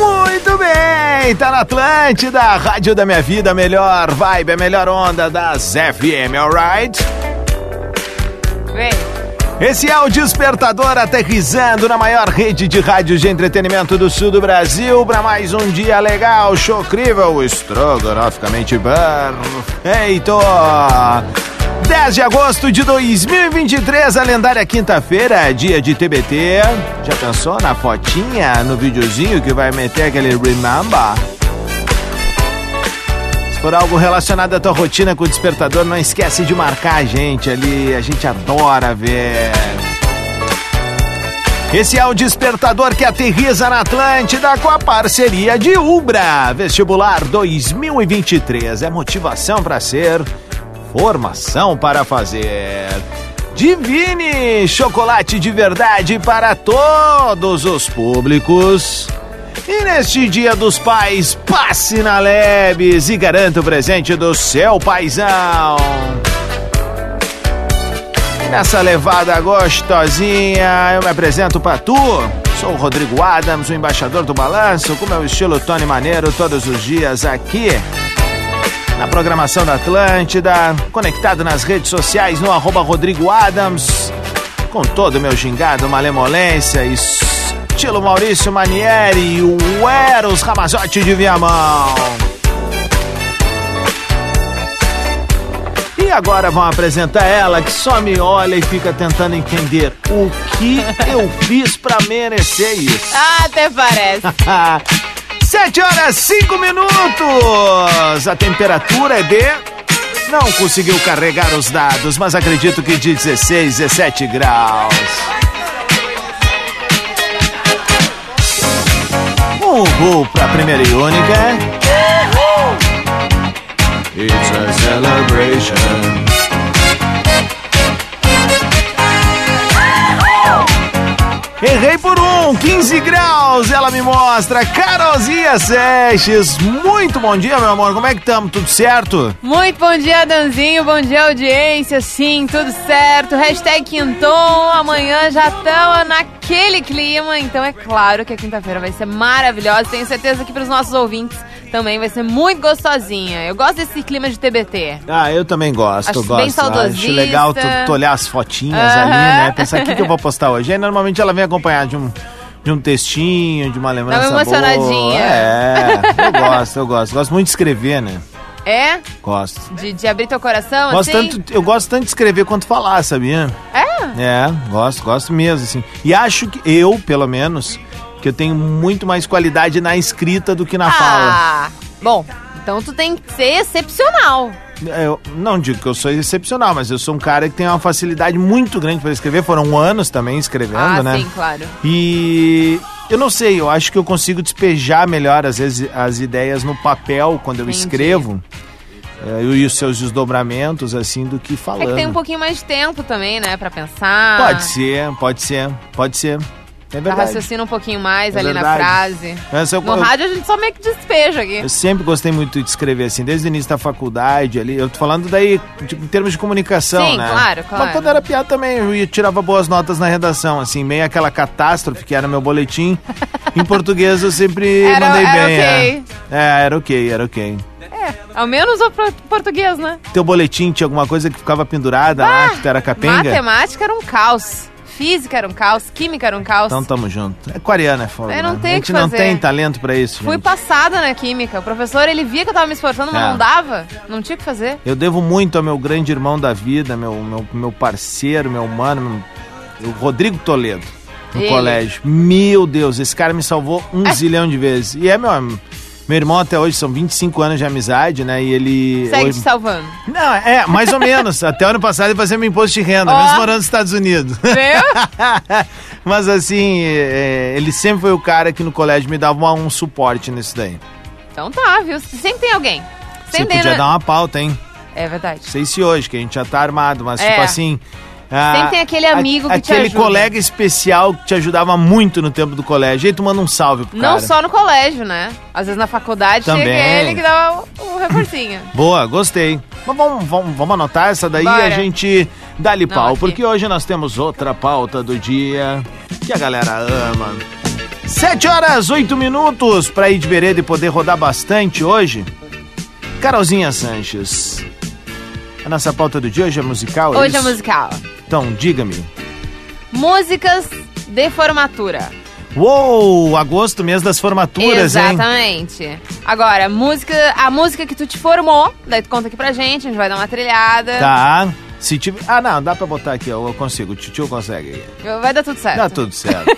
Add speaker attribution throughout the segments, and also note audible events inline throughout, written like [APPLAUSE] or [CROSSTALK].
Speaker 1: Muito bem, tá na Atlântida, a rádio da minha vida, a melhor vibe, a melhor onda das FM, alright?
Speaker 2: Vem.
Speaker 1: Esse é o Despertador aterrizando na maior rede de rádios de entretenimento do sul do Brasil para mais um dia legal, showcrível, estrogonoficamente perfeito. 10 de agosto de 2023, a lendária quinta-feira, dia de TBT. Já pensou na fotinha, no videozinho que vai meter aquele remember? Se for algo relacionado à tua rotina com o despertador, não esquece de marcar a gente ali. A gente adora ver. Esse é o despertador que aterriza na Atlântida com a parceria de Ubra. Vestibular 2023 é motivação para ser, formação para fazer. Divine chocolate de verdade para todos os públicos. E neste Dia dos Pais, passe na Lebes e garanta o presente do seu paizão. E nessa levada gostosinha, eu me apresento pra tu. Sou o Rodrigo Adams, o embaixador do Balanço, com meu estilo Tony Maneiro todos os dias aqui. Na programação da Atlântida, conectado nas redes sociais no arroba Rodrigo Adams, com todo o meu gingado, malemolência e estilo Maurício Manieri e o Eros Ramazotti de Viamão. E agora vão apresentar ela que só me olha e fica tentando entender o que eu fiz pra merecer isso.
Speaker 2: Ah, até parece.
Speaker 1: [LAUGHS] Sete horas, cinco minutos. A temperatura é de... Não conseguiu carregar os dados, mas acredito que de 16, 17 graus. Um gol pra primeira e única. é- It's a celebration. Errei por um, 15 graus, ela me mostra. Carolzinha Seixas, muito bom dia, meu amor. Como é que estamos? Tudo certo?
Speaker 2: Muito bom dia, Danzinho. Bom dia, audiência. Sim, tudo certo. Hashtag Quinton. Amanhã já estão naquele clima. Então é claro que a quinta-feira vai ser maravilhosa. Tenho certeza que para os nossos ouvintes também vai ser muito gostosinha. Eu gosto desse clima de TBT.
Speaker 1: Ah, eu também gosto,
Speaker 2: Acho bem
Speaker 1: gosto. Acho
Speaker 2: saudosista.
Speaker 1: legal tu, tu olhar as fotinhas
Speaker 2: Aham.
Speaker 1: ali, né? Pensar o que, que eu vou postar hoje. Aí normalmente ela vem acompanhada de um, de um textinho, de uma lembrança.
Speaker 2: uma
Speaker 1: Boa.
Speaker 2: emocionadinha.
Speaker 1: É, eu gosto, eu gosto. Gosto muito de escrever, né?
Speaker 2: É?
Speaker 1: Gosto.
Speaker 2: De, de abrir teu coração,
Speaker 1: Gosto
Speaker 2: assim?
Speaker 1: tanto, eu gosto tanto de escrever quanto falar, sabia?
Speaker 2: É?
Speaker 1: É, gosto, gosto mesmo, assim. E acho que eu, pelo menos, que eu tenho muito mais qualidade na escrita do que na fala.
Speaker 2: Ah, bom. Então tu tem que ser excepcional.
Speaker 1: É, Eu não digo que eu sou excepcional, mas eu sou um cara que tem uma facilidade muito grande para escrever. Foram anos também escrevendo,
Speaker 2: ah,
Speaker 1: né?
Speaker 2: sim, claro.
Speaker 1: E eu não sei, eu acho que eu consigo despejar melhor, às vezes, as ideias no papel quando eu
Speaker 2: Entendi.
Speaker 1: escrevo. eh, e os seus desdobramentos, assim, do que
Speaker 2: É
Speaker 1: falando.
Speaker 2: que tem um pouquinho mais de tempo também, né? Pra pensar.
Speaker 1: Pode ser, pode ser, pode ser.
Speaker 2: Pra
Speaker 1: É verdade.
Speaker 2: raciocina um pouquinho mais
Speaker 1: É
Speaker 2: ali na
Speaker 1: verdade.
Speaker 2: frase.
Speaker 1: Mas eu-
Speaker 2: no
Speaker 1: eu-
Speaker 2: rádio a gente só meio que despeja aqui.
Speaker 1: Eu sempre gostei muito de escrever, assim, desde o início da faculdade ali. Eu tô falando daí de- em termos de comunicação,
Speaker 2: Sim,
Speaker 1: né?
Speaker 2: claro, claro.
Speaker 1: Mas quando era piada também, eu ia- tirava boas notas na redação, assim, meio aquela catástrofe que era
Speaker 2: [LAUGHS]
Speaker 1: meu boletim. em português eu sempre
Speaker 2: Era-
Speaker 1: mandei
Speaker 2: era
Speaker 1: bem,
Speaker 2: ok.
Speaker 1: é. É, era ok, era ok.
Speaker 2: É, Ao menos o pro- português, né?
Speaker 1: Teu boletim tinha alguma coisa que ficava pendurada lá, que tu era capenga?
Speaker 2: Ah, Matemática era um caos. Física era um caos. Química era um caos.
Speaker 1: Então tamo junto. É coreana, é foda.
Speaker 2: Eu não
Speaker 1: né?
Speaker 2: tenho
Speaker 1: A
Speaker 2: o
Speaker 1: gente
Speaker 2: que
Speaker 1: não
Speaker 2: fazer.
Speaker 1: tem talento pra isso,
Speaker 2: Fui
Speaker 1: gente.
Speaker 2: passada na química. O professor, ele via que eu tava me esforçando, mas
Speaker 1: É.
Speaker 2: não dava. Não tinha o que fazer.
Speaker 1: Eu devo muito ao meu grande irmão da vida, meu, meu, meu parceiro, meu mano, meu o Rodrigo Toledo, no
Speaker 2: Ele.
Speaker 1: colégio. Meu Deus, esse cara me salvou um zilhão de vezes. E é meu, meu irmão até hoje, são 25 anos de amizade, né? E ele.
Speaker 2: Segue
Speaker 1: hoje-
Speaker 2: te salvando.
Speaker 1: Não, é, mais
Speaker 2: [LAUGHS]
Speaker 1: ou menos. Até ano passado ele fazia meu imposto de renda,
Speaker 2: Ó.
Speaker 1: mesmo morando nos Estados Unidos. [LAUGHS]
Speaker 2: Viu?
Speaker 1: Mas assim, é, ele sempre foi o cara que no colégio me dava uma- um suporte nisso daí.
Speaker 2: Então tá, viu? Sempre tem alguém.
Speaker 1: Você
Speaker 2: Sempre tem,
Speaker 1: podia
Speaker 2: né?
Speaker 1: dar uma pauta, hein?
Speaker 2: É verdade.
Speaker 1: Não sei se hoje, que a gente já tá armado, mas
Speaker 2: É.
Speaker 1: tipo assim. ah,
Speaker 2: Sempre tem aquele amigo que te
Speaker 1: Aquele
Speaker 2: ajuda.
Speaker 1: colega especial que te ajudava muito no tempo do colégio. E aí tu manda um salve pro
Speaker 2: Não
Speaker 1: cara.
Speaker 2: só no colégio, né? Às vezes na faculdade chega
Speaker 1: Também.
Speaker 2: ele que dá um, um reforcinho.
Speaker 1: Boa, gostei. Mas vamos, vamos, vamos anotar essa daí
Speaker 2: Bora.
Speaker 1: e a gente dá-lhe
Speaker 2: Não,
Speaker 1: pau,
Speaker 2: aqui.
Speaker 1: porque hoje nós temos outra pauta do dia que a galera ama. Sete horas, oito minutos pra ir de vereda e poder rodar bastante hoje. Carolzinha Sanches. A nossa pauta do dia hoje é musical?
Speaker 2: Hoje é
Speaker 1: isso?
Speaker 2: musical.
Speaker 1: Então, diga-me.
Speaker 2: Músicas de formatura.
Speaker 1: Uou, agosto, mês das formaturas, hein?
Speaker 2: Exatamente. Agora, música, a música que tu te formou, daí tu conta aqui pra gente, a gente vai dar uma trilhada.
Speaker 1: Tá. Se tiver... Ah, não, dá pra botar aqui, eu eu consigo. O tio consegue.
Speaker 2: Vai dar tudo certo.
Speaker 1: Dá
Speaker 2: [LAUGHS]
Speaker 1: tudo certo.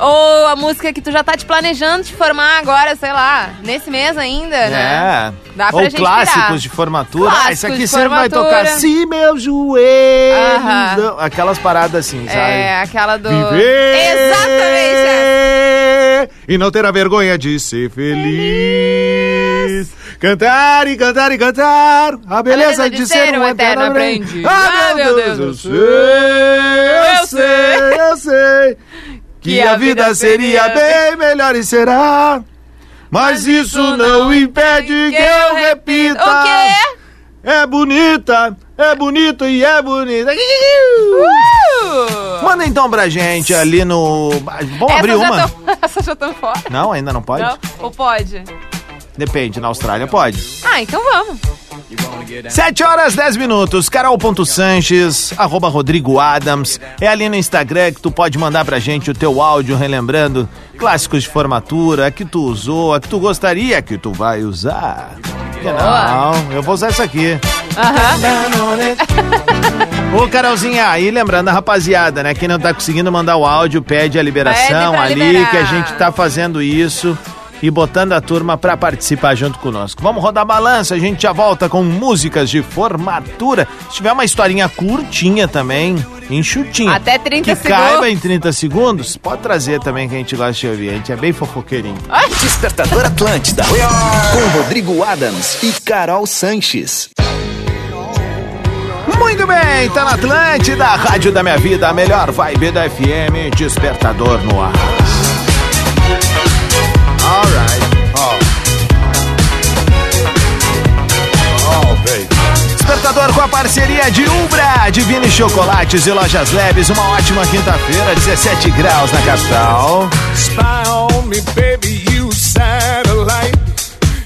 Speaker 2: Ou a música que tu já tá te planejando te formar agora, sei lá, nesse mês ainda, né?
Speaker 1: É.
Speaker 2: Dá pra
Speaker 1: Ou
Speaker 2: gente
Speaker 1: clássicos
Speaker 2: virar.
Speaker 1: de formatura. ah, esse
Speaker 2: Clássicos
Speaker 1: aqui
Speaker 2: de
Speaker 1: sempre vai
Speaker 2: formatura.
Speaker 1: tocar. Se meus joelhos.
Speaker 2: Aham.
Speaker 1: dão- Aquelas paradas assim, sabe?
Speaker 2: É, aquela do.
Speaker 1: Viver
Speaker 2: Exatamente! essa.
Speaker 1: E não ter a vergonha de ser feliz. Cantar e cantar e cantar. A beleza de, ser um eterno
Speaker 2: aprendiz.
Speaker 1: aprendiz. Ah, meu Deus,
Speaker 2: do
Speaker 1: eu sei, eu sei, eu sei. Que a vida seria bem melhor e será. Mas isso não impede que eu repita.
Speaker 2: O quê?
Speaker 1: É bonita, é bonito e é bonita.
Speaker 2: Uh!
Speaker 1: Manda então pra gente ali no. Vamos abrir
Speaker 2: Essas já
Speaker 1: uma?
Speaker 2: tão- [LAUGHS] Essas já estão fora.
Speaker 1: Não, ainda não pode?
Speaker 2: Não? Ou pode?
Speaker 1: Depende, na Austrália pode.
Speaker 2: Ah, então vamos.
Speaker 1: 7 horas 10 minutos, carol.sanches, arroba Rodrigo Adams. É ali no Instagram que tu pode mandar pra gente o teu áudio, relembrando clássicos de formatura, a que tu usou, a que tu gostaria, a que tu vai usar. Que Não, eu vou usar essa aqui.
Speaker 2: Aham.
Speaker 1: Ô, Carolzinha, e lembrando a rapaziada, né? Quem não tá conseguindo mandar o áudio, pede a
Speaker 2: Pede
Speaker 1: liberação
Speaker 2: pra
Speaker 1: ali,
Speaker 2: liberar.
Speaker 1: que a gente tá fazendo isso e botando a turma pra participar junto conosco. Vamos rodar balança, a gente já volta com músicas de formatura. Se tiver uma historinha curtinha também, enxutinha.
Speaker 2: Até 30
Speaker 1: que
Speaker 2: segundos.
Speaker 1: caiba em 30 segundos, pode trazer também que a gente gosta de ouvir. A gente é bem fofoqueirinho.
Speaker 3: Despertador Atlântida. Com Rodrigo Adams e Carol Sanches.
Speaker 1: Muito bem, tá na Atlântida, a Rádio da Minha Vida, a melhor vibe da FM, despertador no ar. Alright. Oh. Oh, baby. Despertador com a parceria de Umbra, Divine Chocolates e Lojas Leves. Uma ótima quinta-feira, 17 graus na capital.
Speaker 4: Spy on me, baby, you satellite.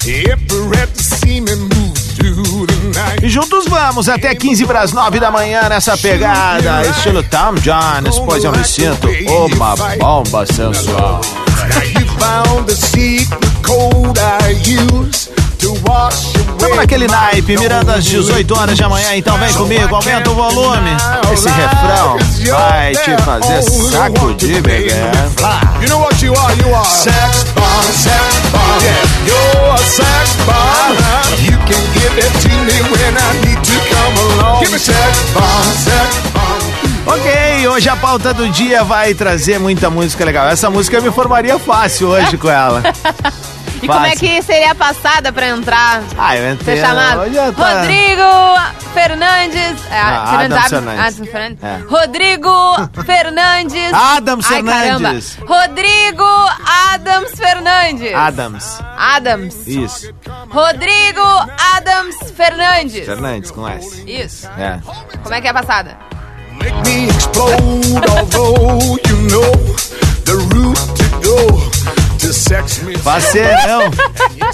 Speaker 4: If you have to see me move through the
Speaker 1: E
Speaker 4: night.
Speaker 1: juntos vamos até 15 para as 9 da manhã nessa pegada. Estilo Tom Jones, pois eu me sinto uma bomba sensual.
Speaker 4: Now you found the secret code I use to wash away.
Speaker 1: Estamos naquele naipe, mirando às 18 horas de manhã, então vem comigo, aumenta o volume. Esse refrão vai te fazer sacudir, bebê.
Speaker 4: You know what you are, you are a sex bomb, sex bomb. Yeah, you're a sex bomb. You can give it to me when I need to come along. Give me sex bomb, sex bomb.
Speaker 1: Ok, hoje a pauta do dia vai trazer muita música legal. Essa música eu me formaria fácil hoje com ela.
Speaker 2: E como é que seria a passada pra entrar?
Speaker 1: Ah, eu
Speaker 2: Ser
Speaker 1: entrei.
Speaker 2: é chamado
Speaker 1: Hoje eu tô-
Speaker 2: Rodrigo Fernandes. É,
Speaker 1: tá. Ah,
Speaker 2: Fernandes
Speaker 1: Adams
Speaker 2: Ab-
Speaker 1: Fernandes.
Speaker 2: Adams Fernandes.
Speaker 1: É.
Speaker 2: Rodrigo
Speaker 1: [LAUGHS]
Speaker 2: Fernandes.
Speaker 1: Adams
Speaker 2: Ai,
Speaker 1: Fernandes.
Speaker 2: caramba. Rodrigo Adams Fernandes.
Speaker 1: Adams.
Speaker 2: Adams.
Speaker 1: Isso.
Speaker 2: Rodrigo Adams Fernandes.
Speaker 1: Fernandes, com S.
Speaker 2: Isso.
Speaker 1: É.
Speaker 2: Como é que é a passada?
Speaker 4: Make me explode, although you know the route to go to sex me.
Speaker 1: Parceirão.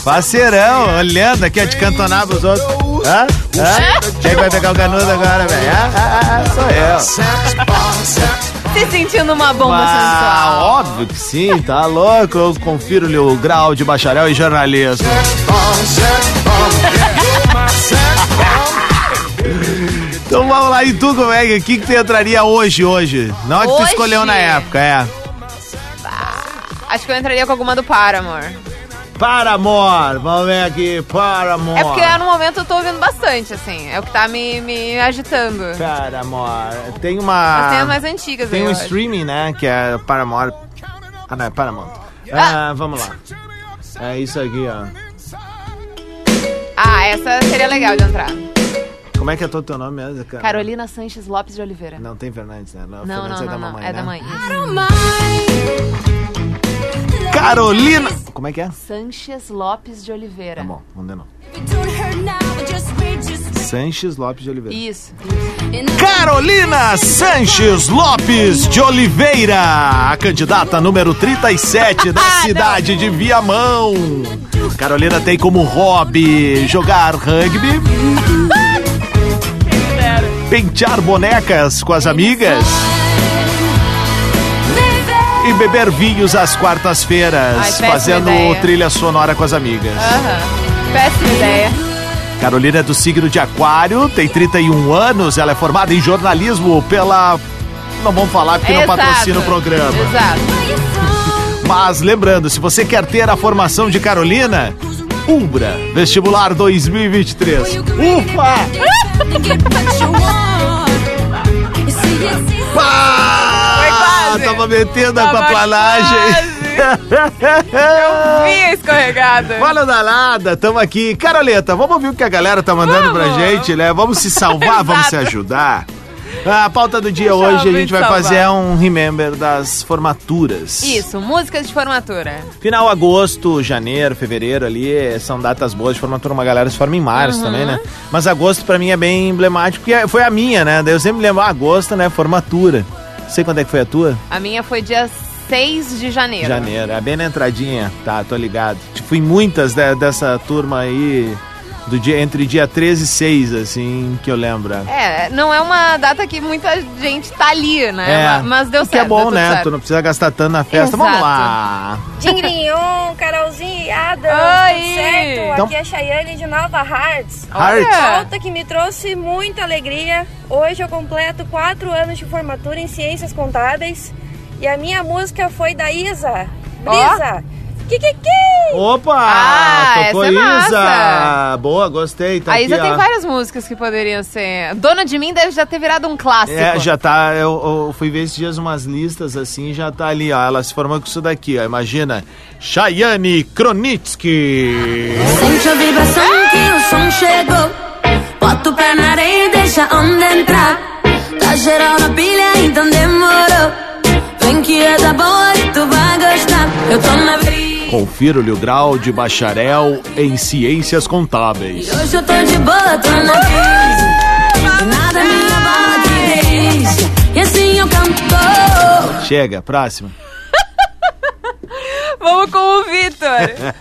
Speaker 1: Parceirão. Olhando aqui, a gente cantonava os outros. Hã? Hã? Quem vai pegar o canudo agora, velho? Ah, ah, ah, sou eu.
Speaker 4: Sex bomb, sex bomb.
Speaker 2: Se sentindo uma bomba
Speaker 1: Ah,
Speaker 2: sensual.
Speaker 1: óbvio que sim, tá louco. Eu confiro-lhe o grau de bacharel em jornalismo.
Speaker 4: Sex bomb, sex bomb. Yeah, you're my sex bomb.
Speaker 1: Então vamos lá, e tu, como é que, o que, que tu entraria hoje, hoje? Não é que tu
Speaker 2: Hoje?
Speaker 1: escolheu na época, é.
Speaker 2: Acho que eu entraria com alguma do Paramore.
Speaker 1: Para, amor, vamos ver aqui, para, amor.
Speaker 2: É porque no momento eu tô ouvindo bastante, assim. É o que tá me, me agitando.
Speaker 1: Para, amor, tem uma...
Speaker 2: Mas tem as mais antigas,
Speaker 1: Tá. Tem
Speaker 2: eu
Speaker 1: um
Speaker 2: acho.
Speaker 1: streaming, né, que é Paramore... Ah, não, é Paramount. Ah, vamos lá. É isso aqui, ó.
Speaker 2: Ah, essa seria legal de entrar.
Speaker 1: Como é que é todo teu nome mesmo, cara?
Speaker 2: Carolina Sanches Lopes de Oliveira.
Speaker 1: Não tem Fernandes, né? Não,
Speaker 2: Não,
Speaker 1: Fernandes
Speaker 2: não,
Speaker 1: é da
Speaker 2: não, não.
Speaker 1: mamãe,
Speaker 2: É
Speaker 1: né?
Speaker 2: da mãe.
Speaker 1: Carolina... Como é que é?
Speaker 2: Sanches Lopes de Oliveira.
Speaker 1: Tá bom, vamos de novo. Sanches Lopes de Oliveira.
Speaker 2: Isso.
Speaker 1: Carolina Sanches Lopes de Oliveira, a candidata número 37 da cidade de Viamão. Carolina tem como hobby jogar rugby, pentear bonecas com as amigas e beber vinhos às
Speaker 2: Ai,
Speaker 1: quartas-feiras,
Speaker 2: péssima
Speaker 1: fazendo
Speaker 2: ideia.
Speaker 1: trilha sonora com as amigas.
Speaker 2: Aham. Péssima ideia.
Speaker 1: Carolina é do signo de Aquário, tem 31 anos, ela é formada em jornalismo pela. Não vamos falar porque não
Speaker 2: Exato.
Speaker 1: patrocina o programa.
Speaker 2: Exato.
Speaker 1: Mas lembrando, se você quer ter a formação de Carolina, Umbra, vestibular 2023.
Speaker 5: [LAUGHS]
Speaker 1: Ufa! Pá!
Speaker 2: quase.
Speaker 1: Tava metendo com a
Speaker 2: Tava
Speaker 1: [LAUGHS] planagem.
Speaker 2: Minha escorregada.
Speaker 1: Fala danada, tamo aqui. Caroleta, vamos ouvir o que a galera tá mandando
Speaker 2: Vamos.
Speaker 1: pra gente, né? Vamos se salvar, vamos se
Speaker 2: Exato.
Speaker 1: ajudar. A pauta do dia
Speaker 2: Deixa
Speaker 1: hoje a
Speaker 2: alguém
Speaker 1: gente vai
Speaker 2: salvar.
Speaker 1: fazer um remember das formaturas.
Speaker 2: Isso, músicas de formatura.
Speaker 1: Final agosto, janeiro, fevereiro ali eh, são datas boas de formatura. Uma galera se forma em março também, né? Mas agosto pra mim é bem emblemático, porque foi a minha, né? Daí Eu sempre lembro, ah, agosto, né? Formatura. Sei quando é que foi a tua?
Speaker 2: A minha foi dia 6 de janeiro.
Speaker 1: Janeiro, é bem na entradinha, tá, tô ligado. Tipo, fui muitas de- dessa turma aí, do dia, entre dia 13 e 6, assim, que eu lembro. É,
Speaker 2: É, não é uma data que muita gente tá ali, né? Ma- Mas deu
Speaker 1: o
Speaker 2: certo.
Speaker 1: que é
Speaker 2: deu
Speaker 1: bom,
Speaker 2: tudo
Speaker 1: né?
Speaker 2: certo.
Speaker 1: Tu não precisa gastar tanto na festa. Vamos
Speaker 2: Exato.
Speaker 1: lá.
Speaker 6: Tingrinhon, um, Carolzinha, Adam,
Speaker 2: Oi!
Speaker 6: tudo certo?
Speaker 1: Então-
Speaker 6: Aqui é a Chayane de Nova
Speaker 1: Hearts.
Speaker 6: Hearts.
Speaker 2: Olha!
Speaker 6: Alta que me trouxe muita alegria. Hoje eu completo quatro anos de formatura em Ciências Contábeis. E a minha música foi da Isa. Brisa. Kikiki!
Speaker 1: Opa!
Speaker 2: Ah,
Speaker 1: tocou
Speaker 2: essa é
Speaker 1: Isa!
Speaker 2: massa.
Speaker 1: Boa, gostei. Tá
Speaker 2: a Isa
Speaker 1: aqui,
Speaker 2: tem
Speaker 1: ó.
Speaker 2: várias músicas que poderiam ser. Dona de mim deve já ter virado um clássico.
Speaker 1: É, já tá. Eu, eu fui ver esses dias umas listas assim, já tá ali, ó. Ela se formou com isso daqui, ó. Imagina. Chayane Kronitsky.
Speaker 7: Sente a vibração que o som chegou. Bota o pé na areia e deixa a onda entrar. Tá geral na pilha, então demorou. Vem que é da boa e tu vai gostar. Eu tô na briga.
Speaker 1: Confiro-lhe o grau de bacharel em ciências contábeis.
Speaker 7: Hoje eu tô de boa, tô na crise. E nada me
Speaker 2: Ah!
Speaker 7: abala de delícia. E assim eu canto.
Speaker 1: Chega, próxima.
Speaker 2: Vamos com o Vitor.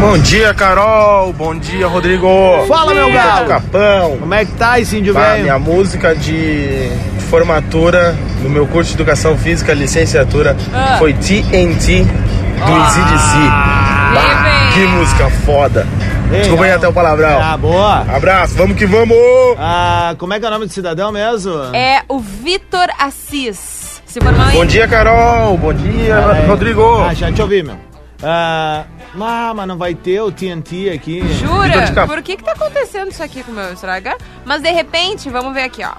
Speaker 4: Bom dia, Carol. Bom dia, Rodrigo.
Speaker 1: Fala, meu galo!
Speaker 4: Capão.
Speaker 1: Como é que tá esse índio
Speaker 4: A
Speaker 1: velho?
Speaker 4: minha música de de formatura no meu curso de Educação Física, licenciatura,
Speaker 2: Ah.
Speaker 4: foi TNT do Easy
Speaker 1: Ah,
Speaker 2: Vem,
Speaker 4: Que
Speaker 2: vem.
Speaker 4: música foda. Desculpa aí até o palavrão.
Speaker 1: Ah, boa!
Speaker 4: Abraço, vamos que vamos!
Speaker 1: Ah, como é que é o nome do cidadão mesmo?
Speaker 2: É o Vitor Assis. Se formar
Speaker 4: Bom
Speaker 2: em.
Speaker 4: dia, Carol. Bom dia,
Speaker 1: Pera aí.
Speaker 4: Rodrigo.
Speaker 1: Ah, já te ouvi, meu. Ah, ah, mas não vai ter o TNT aqui.
Speaker 4: Vitor de
Speaker 2: Jura?
Speaker 4: Cap-
Speaker 2: Por que que tá acontecendo isso aqui com o meu estraga? Mas de repente, vamos ver aqui, ó.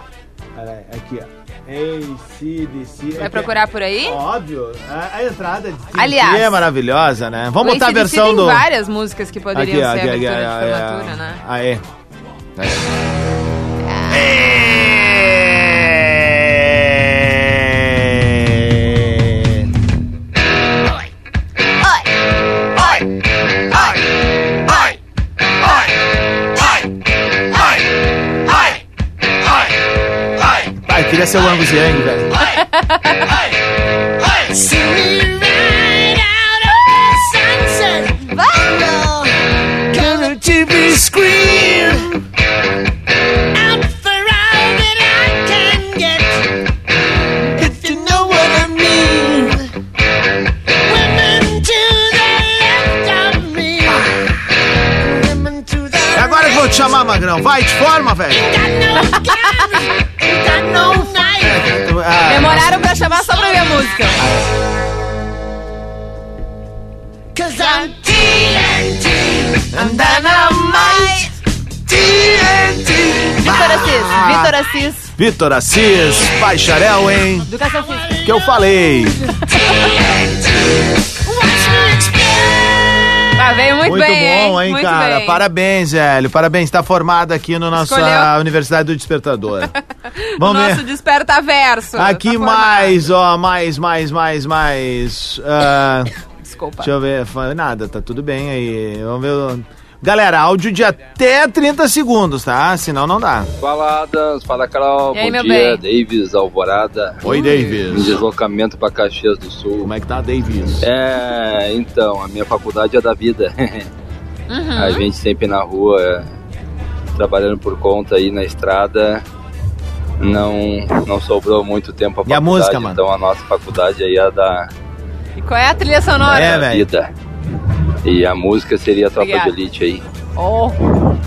Speaker 1: Peraí, aqui, ó. ACDC.
Speaker 2: Vai procurar por aí?
Speaker 1: é- Óbvio, a, a entrada de TNT
Speaker 2: Aliás,
Speaker 1: é maravilhosa, né? Vamos
Speaker 2: O
Speaker 1: botar a
Speaker 2: AC/DC
Speaker 1: versão
Speaker 2: tem
Speaker 1: do.
Speaker 2: várias músicas que poderiam
Speaker 1: ó,
Speaker 2: ser abertura
Speaker 1: ó,
Speaker 2: de
Speaker 1: ó,
Speaker 2: formatura,
Speaker 1: ó.
Speaker 2: né?
Speaker 1: Aê. Ai, queria ser o Angus Young, velho. E agora eu vou te chamar, Magrão. não. Vai, te forma, velho. Ah,
Speaker 2: Demoraram pra chamar só pra ver a música. Vitor Assis,
Speaker 1: Ah.
Speaker 2: Vitor Assis,
Speaker 1: Vitor Assis, bacharel, hein?
Speaker 2: educação física.
Speaker 1: Que eu falei.
Speaker 2: Ah, veio muito,
Speaker 1: Muito
Speaker 2: bem,
Speaker 1: bom, hein,
Speaker 2: Muito
Speaker 1: cara?
Speaker 2: bem.
Speaker 1: Parabéns, Hélio. Parabéns. Está formado aqui na nossa
Speaker 2: Escolheu.
Speaker 1: Universidade
Speaker 2: [LAUGHS]
Speaker 1: do Despertador.
Speaker 2: O
Speaker 1: Vamos
Speaker 2: nosso
Speaker 1: ver.
Speaker 2: despertaverso.
Speaker 1: Aqui
Speaker 2: Tá formado.
Speaker 1: mais, ó, mais, mais, mais, mais. Ah,
Speaker 2: Desculpa.
Speaker 1: deixa eu ver. Fa- Nada, tá tudo bem aí. Vamos ver. o- Galera, áudio de até 30 segundos, tá? Senão não dá.
Speaker 7: Fala Adams, fala Carol,
Speaker 2: E aí,
Speaker 7: bom
Speaker 2: meu bem?
Speaker 7: dia, Davis, Alvorada,
Speaker 1: Oi,
Speaker 7: em
Speaker 1: Davis.
Speaker 7: deslocamento para Caxias do Sul.
Speaker 1: Como é que tá, Davis?
Speaker 7: É, então, a minha faculdade é da vida. [LAUGHS] A gente sempre na rua, é, trabalhando por conta aí na estrada. Não, não sobrou muito tempo a
Speaker 1: E a
Speaker 7: faculdade,
Speaker 1: música, mano?
Speaker 7: então a nossa faculdade aí é a da
Speaker 2: E qual é a trilha sonora?
Speaker 1: É, velho.
Speaker 7: vida. E a música seria a Tropa de
Speaker 2: Obrigada.
Speaker 7: Elite aí.
Speaker 2: Oh,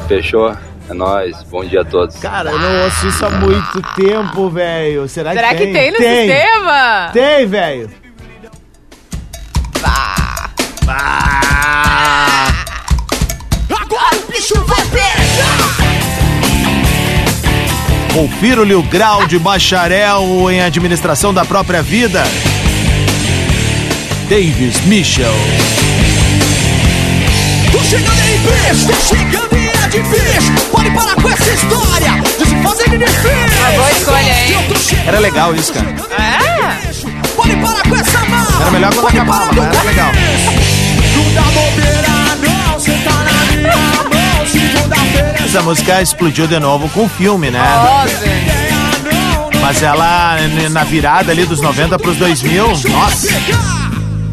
Speaker 7: Fechou? É nóis, bom dia a todos.
Speaker 1: Cara, eu não ouço isso há muito tempo, velho. Será,
Speaker 2: será que tem no sistema?
Speaker 1: Tem, velho. Bah. Confira-lhe o grau de bacharel em administração da própria vida. Davis Michel.
Speaker 4: Tô chegando em vez, tô chegando e é de vez. Pode parar com essa história de se fazer de desfez.
Speaker 2: Uma Ah, boa escolha, hein?
Speaker 4: Eu tô chegando,
Speaker 1: Era legal isso, cara.
Speaker 2: É?
Speaker 4: pode parar com essa mala.
Speaker 1: Era melhor quando
Speaker 4: Pode
Speaker 1: acabava,
Speaker 4: parar
Speaker 1: mas era
Speaker 4: com
Speaker 1: legal.
Speaker 4: isso. Não dá bobeira, não, cê tá na minha mão. Segunda-feira
Speaker 1: Essa música explodiu de novo com o filme, né?
Speaker 2: Óbvio.
Speaker 4: é a não, não
Speaker 1: Mas ela, n- na virada ali dos 90 pros 2000, nossa.
Speaker 4: pegar.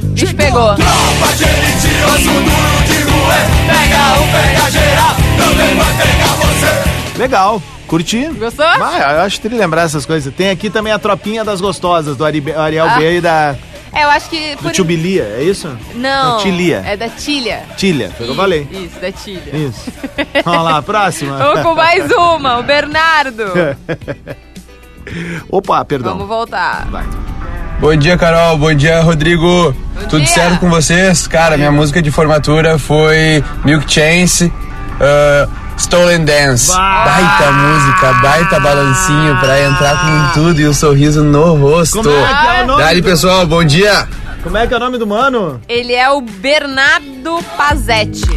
Speaker 2: Bicho pegou.
Speaker 4: Tropa de elite, osso duro de roer. Pega um, pega geral, também vai pegar você.
Speaker 1: Legal, curti.
Speaker 2: Gostou?
Speaker 1: Vai, eu acho que lembrar essas coisas. Tem aqui também a Tropinha das Gostosas, do Ari- Ariel B e da
Speaker 2: É, eu acho que.
Speaker 1: do
Speaker 2: Ah. Por...
Speaker 1: Tibilia, é isso?
Speaker 2: Não.
Speaker 1: Não, Tilia.
Speaker 2: É da Tilha.
Speaker 1: Tilha, foi o que eu
Speaker 2: Isso, [LAUGHS]
Speaker 1: falei.
Speaker 2: Isso, da Tilha.
Speaker 1: Isso. Vamos lá, próxima.
Speaker 2: Vamos com mais uma, o
Speaker 1: [LAUGHS]
Speaker 2: Bernardo.
Speaker 1: É. Opa, perdão.
Speaker 2: Vamos voltar.
Speaker 1: Vai.
Speaker 8: Bom dia, Carol. Bom dia, Rodrigo.
Speaker 2: Bom
Speaker 8: Tudo
Speaker 2: dia.
Speaker 8: certo com vocês? Cara, minha música de formatura foi Milk Chance, ah, Stolen Dance. Baita música, baita balancinho pra entrar com tudo e um sorriso no rosto.
Speaker 1: Como é que é o nome?
Speaker 8: Dali, pessoal, bom dia.
Speaker 1: Como é que é o nome do mano?
Speaker 2: Ele é o Bernardo Pazetti.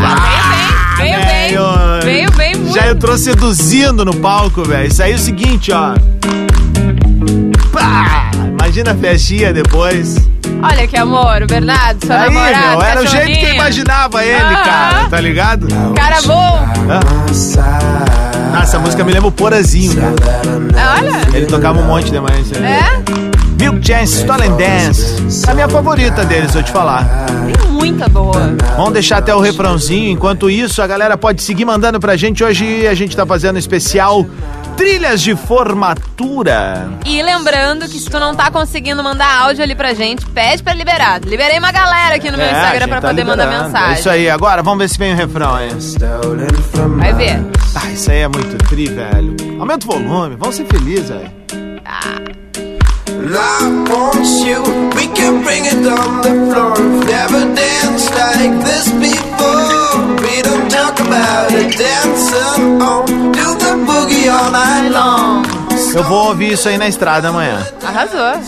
Speaker 2: Ah, veio bem, veio
Speaker 1: Velho,
Speaker 2: bem. Veio bem muito.
Speaker 1: Já entrou seduzindo no palco, velho. Isso aí é o seguinte, ó. Pá! Imagina a festinha depois.
Speaker 2: Olha que amor, o Bernardo, sua
Speaker 1: Aí,
Speaker 2: namorada.
Speaker 1: meu, era o jeito que eu
Speaker 2: cachorrinho. Ah.
Speaker 1: imaginava ele, cara,
Speaker 2: Aham.
Speaker 1: tá ligado?
Speaker 2: Cara bom.
Speaker 1: Ah, essa música me lembra o Porazinho, cara.
Speaker 2: Olha.
Speaker 1: Ele tocava um monte demais. né?
Speaker 2: É?
Speaker 1: Milk Chance, Stolen Dance. A minha favorita deles, vou te falar.
Speaker 2: Tem muita boa.
Speaker 1: Vamos deixar até o refrãozinho. Enquanto isso, a galera pode seguir mandando pra gente. Hoje a gente tá fazendo um especial Trilhas de Formatura.
Speaker 2: E lembrando que se tu não tá conseguindo mandar áudio ali pra gente, pede pra liberar. Liberei uma galera aqui no meu
Speaker 1: É, a
Speaker 2: Instagram
Speaker 1: gente
Speaker 2: pra
Speaker 1: tá
Speaker 2: poder mandar
Speaker 1: liberando.
Speaker 2: mensagem.
Speaker 1: É isso aí, agora vamos ver se vem o refrão aí.
Speaker 2: Vai ver.
Speaker 1: Ah, isso aí é muito tri, velho. Aumenta o volume, vamos ser felizes, velho.
Speaker 4: Love wants you, we can bring it on the floor. Never danced like this before. We don't talk about it, dancing on. Do the boogie all night long.
Speaker 1: Eu vou ouvir isso aí na estrada amanhã.
Speaker 2: Arrasou. É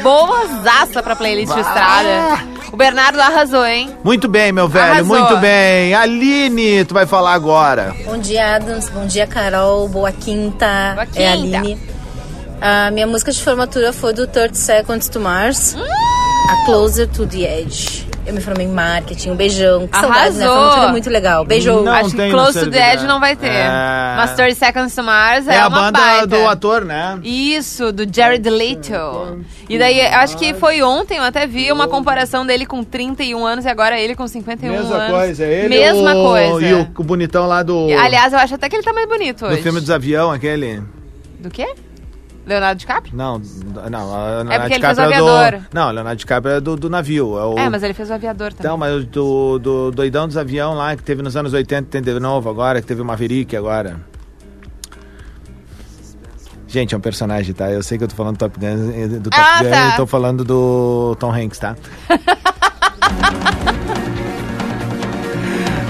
Speaker 2: uma boa, boa zaça pra playlist
Speaker 1: Ah!
Speaker 2: de estrada. O Bernardo arrasou, hein?
Speaker 1: Muito bem, meu velho,
Speaker 2: Arrasou.
Speaker 1: muito bem. Aline, tu vai falar agora.
Speaker 9: Bom dia, Adams. Bom dia, Carol. Boa quinta.
Speaker 2: Boa quinta.
Speaker 9: É a Aline. A minha música de formatura foi do 30 Seconds to Mars. A Closer to the Edge. Eu me formei em marketing. Um beijão. Que saudade, né?
Speaker 2: Arrasou.
Speaker 9: Formatura é muito legal. Beijo.
Speaker 1: Não
Speaker 2: Acho
Speaker 1: tem
Speaker 2: que
Speaker 1: no
Speaker 2: Close to the
Speaker 1: servidor.
Speaker 2: Edge não vai ter.
Speaker 1: É.
Speaker 2: Mas 30 Seconds to Mars é,
Speaker 1: É, a
Speaker 2: uma
Speaker 1: banda
Speaker 2: baita.
Speaker 1: do ator, né?
Speaker 2: Isso, do Jared Leto. E daí, eu acho que foi ontem, eu até vi uma comparação dele com 31 anos e agora ele com 51
Speaker 1: Mesma
Speaker 2: anos.
Speaker 1: coisa, ele.
Speaker 2: um Mesma
Speaker 1: o-
Speaker 2: coisa.
Speaker 1: E o, o bonitão lá do.
Speaker 2: E, Aliás, eu acho até que ele tá mais bonito
Speaker 1: do
Speaker 2: hoje.
Speaker 1: filme dos avião, aquele.
Speaker 2: Do quê? Leonardo DiCaprio?
Speaker 1: Não, não. a Leonardo
Speaker 2: É porque ele fez o
Speaker 1: DiCaprio é do-
Speaker 2: aviador.
Speaker 1: Não, Leonardo DiCaprio é do, do navio. É, o...
Speaker 2: É, mas ele fez o aviador também.
Speaker 1: Então, mas do, do doidão dos avião lá, que teve nos anos 80, tem de novo agora, que teve o Maverick agora. Gente, é um personagem, tá? Eu sei que eu tô falando do Top Gun, eh, do Top
Speaker 2: Ah,
Speaker 1: Gun
Speaker 2: tá.
Speaker 1: e tô falando do Tom
Speaker 2: [LAUGHS]
Speaker 1: Hanks, tá?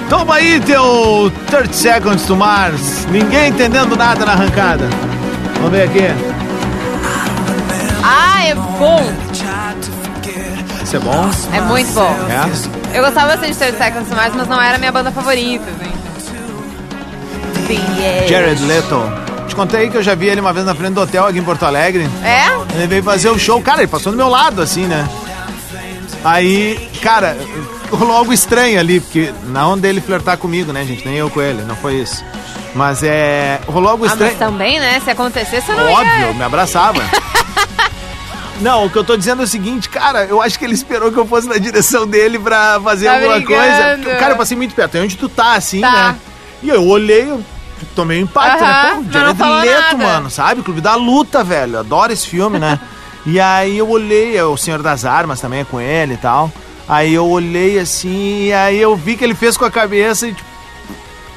Speaker 1: Toma aí teu 30 Seconds to Mars. Ninguém entendendo nada na arrancada. Vamos ver aqui. Então-
Speaker 2: Ah, é bom!
Speaker 1: Isso é bom?
Speaker 2: É muito bom.
Speaker 1: É?
Speaker 2: Eu gostava bastante de 30 Seconds to Mars, mas não era minha banda favorita, assim. The
Speaker 1: Jared Leto. Te contei que eu já vi ele uma vez na frente do hotel aqui em Porto Alegre.
Speaker 2: É?
Speaker 1: Ele veio fazer o show, cara, ele passou do meu lado, assim, né? Aí, cara, rolou algo estranho ali, porque na onda dele flertar comigo, né, gente? Nem eu com ele, não foi isso. Mas é. Rolou algo
Speaker 2: Ah, mas
Speaker 1: estranho.
Speaker 2: também, né? Se acontecesse, eu não ia...
Speaker 1: Óbvio,
Speaker 2: [LAUGHS]
Speaker 1: me abraçava. Não, o que eu tô dizendo é o seguinte, cara, eu acho que ele esperou que eu fosse na direção dele pra fazer
Speaker 2: Tá
Speaker 1: alguma coisa.
Speaker 2: brincando.
Speaker 1: Porque, Cara, eu passei muito perto, é onde tu tá, assim,
Speaker 2: Tá.
Speaker 1: né? E eu olhei, eu tomei um impacto,
Speaker 2: Aham,
Speaker 1: né?
Speaker 2: mas
Speaker 1: Pô, Jared
Speaker 2: não falou nada.
Speaker 1: Leto, mano, sabe? Clube da Luta, velho, eu adoro esse filme,
Speaker 2: [LAUGHS]
Speaker 1: né? e aí eu olhei, é o Senhor das Armas também é com ele e tal. Aí eu olhei assim, e aí eu vi que ele fez com a cabeça e tipo,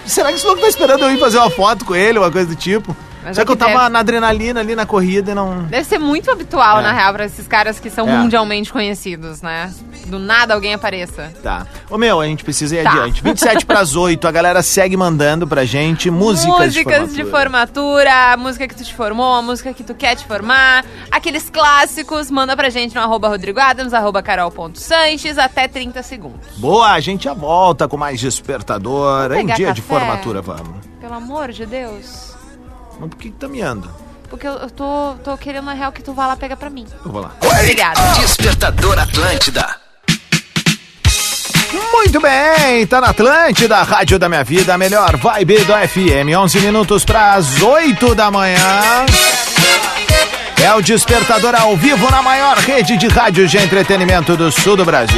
Speaker 1: Será que esse louco tá esperando eu ir fazer uma foto com ele, uma coisa do tipo?
Speaker 2: Mas
Speaker 1: Só
Speaker 2: é
Speaker 1: que eu
Speaker 2: que
Speaker 1: tava
Speaker 2: deve.
Speaker 1: na adrenalina ali na corrida e não.
Speaker 2: Deve ser muito habitual,
Speaker 1: É.
Speaker 2: na real, pra esses caras que são
Speaker 1: É.
Speaker 2: mundialmente conhecidos, né? Do nada alguém apareça.
Speaker 1: Tá. Ô meu, a gente precisa ir
Speaker 2: Tá.
Speaker 1: adiante. 27 pras 8, a galera segue mandando pra gente músicas,
Speaker 2: Músicas de
Speaker 1: de formatura.
Speaker 2: formatura, a música que tu te formou, a música que tu quer te formar, aqueles clássicos, manda pra gente no arroba Rodrigo Adams, arroba carol.sanches, até 30 segundos.
Speaker 1: Boa, a gente já volta com mais despertador.
Speaker 2: Vou
Speaker 1: É um
Speaker 2: pegar
Speaker 1: dia de
Speaker 2: café.
Speaker 1: formatura, vamos.
Speaker 2: Pelo amor de Deus.
Speaker 1: Mas por que que tá meando?
Speaker 2: Porque eu, eu tô, tô querendo, na real, que tu vá lá pegar pra mim.
Speaker 1: Eu vou lá.
Speaker 2: Obrigada.
Speaker 3: Despertador Atlântida.
Speaker 1: Muito bem, tá na Atlântida, Rádio da Minha Vida, a melhor vibe do FM. 11 minutos pras 8 da manhã. É o Despertador ao vivo na maior rede de rádios de entretenimento do sul do Brasil.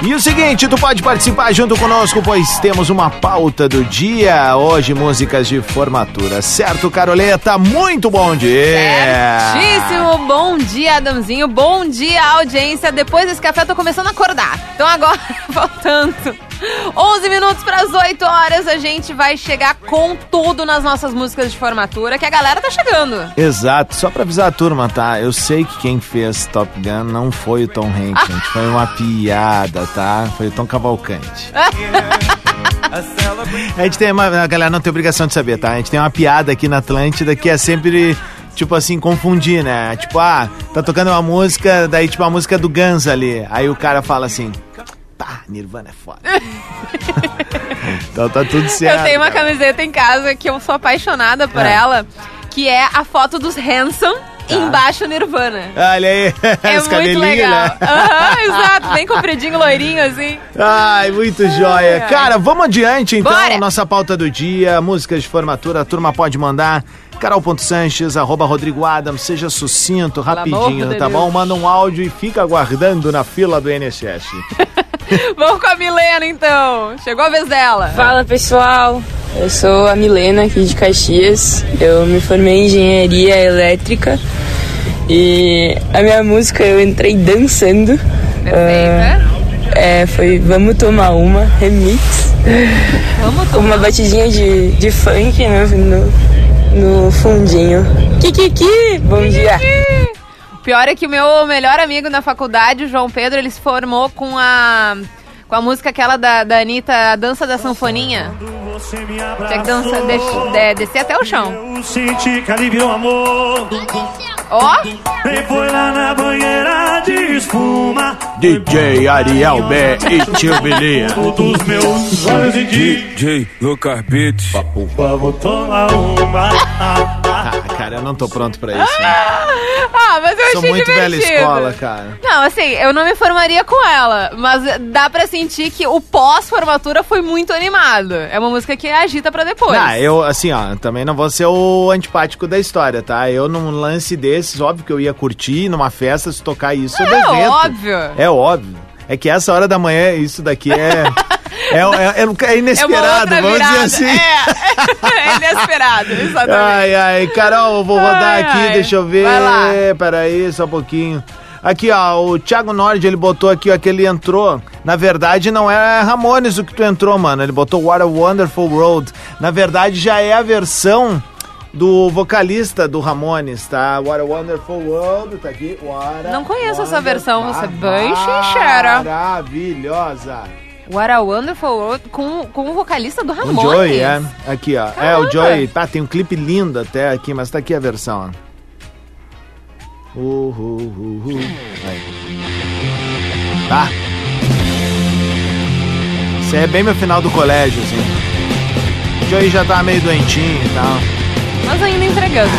Speaker 1: E o seguinte, tu pode participar junto conosco, pois temos uma pauta do dia. Hoje, músicas de formatura. Certo, Caroleta? Muito bom dia!
Speaker 2: Certíssimo, bom dia, Adamzinho. Bom dia, audiência. Depois desse café, eu tô começando a acordar. Então agora, [LAUGHS] faltando 11 minutos para as 8 horas, a gente vai chegar com tudo nas nossas músicas de formatura, que a galera tá chegando.
Speaker 1: Exato, só pra avisar a turma, tá? Eu sei que quem fez Top Gun não foi o Tom Hanks,
Speaker 2: [LAUGHS]
Speaker 1: gente. Foi uma piada, tá? Foi o
Speaker 2: [LAUGHS]
Speaker 1: Tom Cavalcante. A gente tem uma. A galera não tem obrigação de saber, tá? A gente tem uma piada aqui na Atlântida que é sempre. Tipo assim, confundir, né? Tipo, ah, tá tocando uma música, daí tipo a música do Guns ali. Aí o cara fala assim, pá, Nirvana é
Speaker 2: [LAUGHS]
Speaker 1: foda. então tá tudo certo.
Speaker 2: eu tenho uma
Speaker 1: cara.
Speaker 2: camiseta em casa que eu sou apaixonada por
Speaker 1: É.
Speaker 2: ela, que é a foto dos Hanson e embaixo Nirvana.
Speaker 1: Olha aí,
Speaker 2: É
Speaker 1: [LAUGHS] os
Speaker 2: muito
Speaker 1: cabelinhos,
Speaker 2: legal.
Speaker 1: né?
Speaker 2: Aham,
Speaker 1: [LAUGHS]
Speaker 2: exato. Bem compridinho, loirinho, assim.
Speaker 1: Ai, muito joia.
Speaker 2: ai.
Speaker 1: Cara, vamos adiante então.
Speaker 2: Bora.
Speaker 1: Nossa pauta do dia, músicas de formatura, a turma pode mandar. Carol.Sanches, arroba Rodrigo Adams, seja sucinto, rapidinho,
Speaker 2: amor de
Speaker 1: tá
Speaker 2: Deus.
Speaker 1: bom? Manda um áudio e fica aguardando na fila do NSS.
Speaker 2: Vamos com a Milena, então. Chegou a vez dela.
Speaker 10: Fala pessoal, eu sou a Milena aqui de Caxias. Eu me formei em engenharia elétrica e a minha música eu entrei dançando.
Speaker 2: né?
Speaker 10: Ah, é, foi Vamos Tomar Uma, remix.
Speaker 2: Vamos
Speaker 10: Com uma batidinha de, de funk né, no, no fundinho. Kikiki, bom dia.
Speaker 2: Pior é que o meu melhor amigo na faculdade, o João Pedro, ele se formou com a. Com a música aquela da, da Anitta, a dança da sanfoninha. Tinha que dançar, des- de- descer até o chão.
Speaker 11: Eu senti que ali virou amor.
Speaker 2: Ó! [LAUGHS] ah,
Speaker 11: Nem foi lá na banheira de espuma.
Speaker 1: DJ Ariel B e Tio Bilinha.
Speaker 11: Todos Um meus olhos em ti.
Speaker 12: DJ Lucas Beats.
Speaker 11: Vamos tomar uma.
Speaker 1: Ah, cara, eu não tô pronto pra isso. né?
Speaker 2: Ah, mas eu
Speaker 1: Sou
Speaker 2: achei
Speaker 1: muito velha
Speaker 2: divertido.
Speaker 1: escola, cara.
Speaker 2: Não, assim, eu não me formaria com ela, mas dá pra sentir que o pós-formatura foi muito animado. É uma música que agita pra depois.
Speaker 1: Ah, eu, assim, ó, também não vou ser o antipático da história, tá? Eu num lance desses, óbvio que eu ia curtir numa festa, se tocar isso, eu
Speaker 2: É
Speaker 1: devento.
Speaker 2: óbvio. [LAUGHS]
Speaker 1: É óbvio. É que essa hora da manhã, isso daqui é. É, é, é inesperado,
Speaker 2: é uma outra
Speaker 1: vamos dizer
Speaker 2: virada.
Speaker 1: assim.
Speaker 2: É, [LAUGHS] é
Speaker 1: [LAUGHS]
Speaker 2: inesperado, exatamente.
Speaker 1: Ai, ai, Carol, eu vou rodar
Speaker 2: Ai,
Speaker 1: aqui,
Speaker 2: ai.
Speaker 1: deixa eu ver.
Speaker 2: Vai lá.
Speaker 1: Peraí, só um pouquinho. Aqui, ó, o Thiago Nord, ele botou aqui, ó, que ele entrou. Na verdade, não é Ramones o que tu entrou, mano. Ele botou What a Wonderful World. Na verdade, já é a versão do vocalista do Ramones, tá? What a Wonderful World, tá aqui. What a
Speaker 2: Não conheço essa
Speaker 1: Wonder-
Speaker 2: versão, você é bem xinchera.
Speaker 1: Maravilhosa.
Speaker 2: What a Wonderful World com, com o vocalista do
Speaker 1: O
Speaker 2: Ramones.
Speaker 1: Joey, é. Aqui, ó. É, o Joey. Tá, tem um clipe lindo até aqui, mas tá aqui a versão, ó. Uh, uh, uh, uh. Aí. Tá? Isso aí é bem meu final do colégio, assim. O Joey já tá meio doentinho e tal.
Speaker 2: Mas ainda entregando.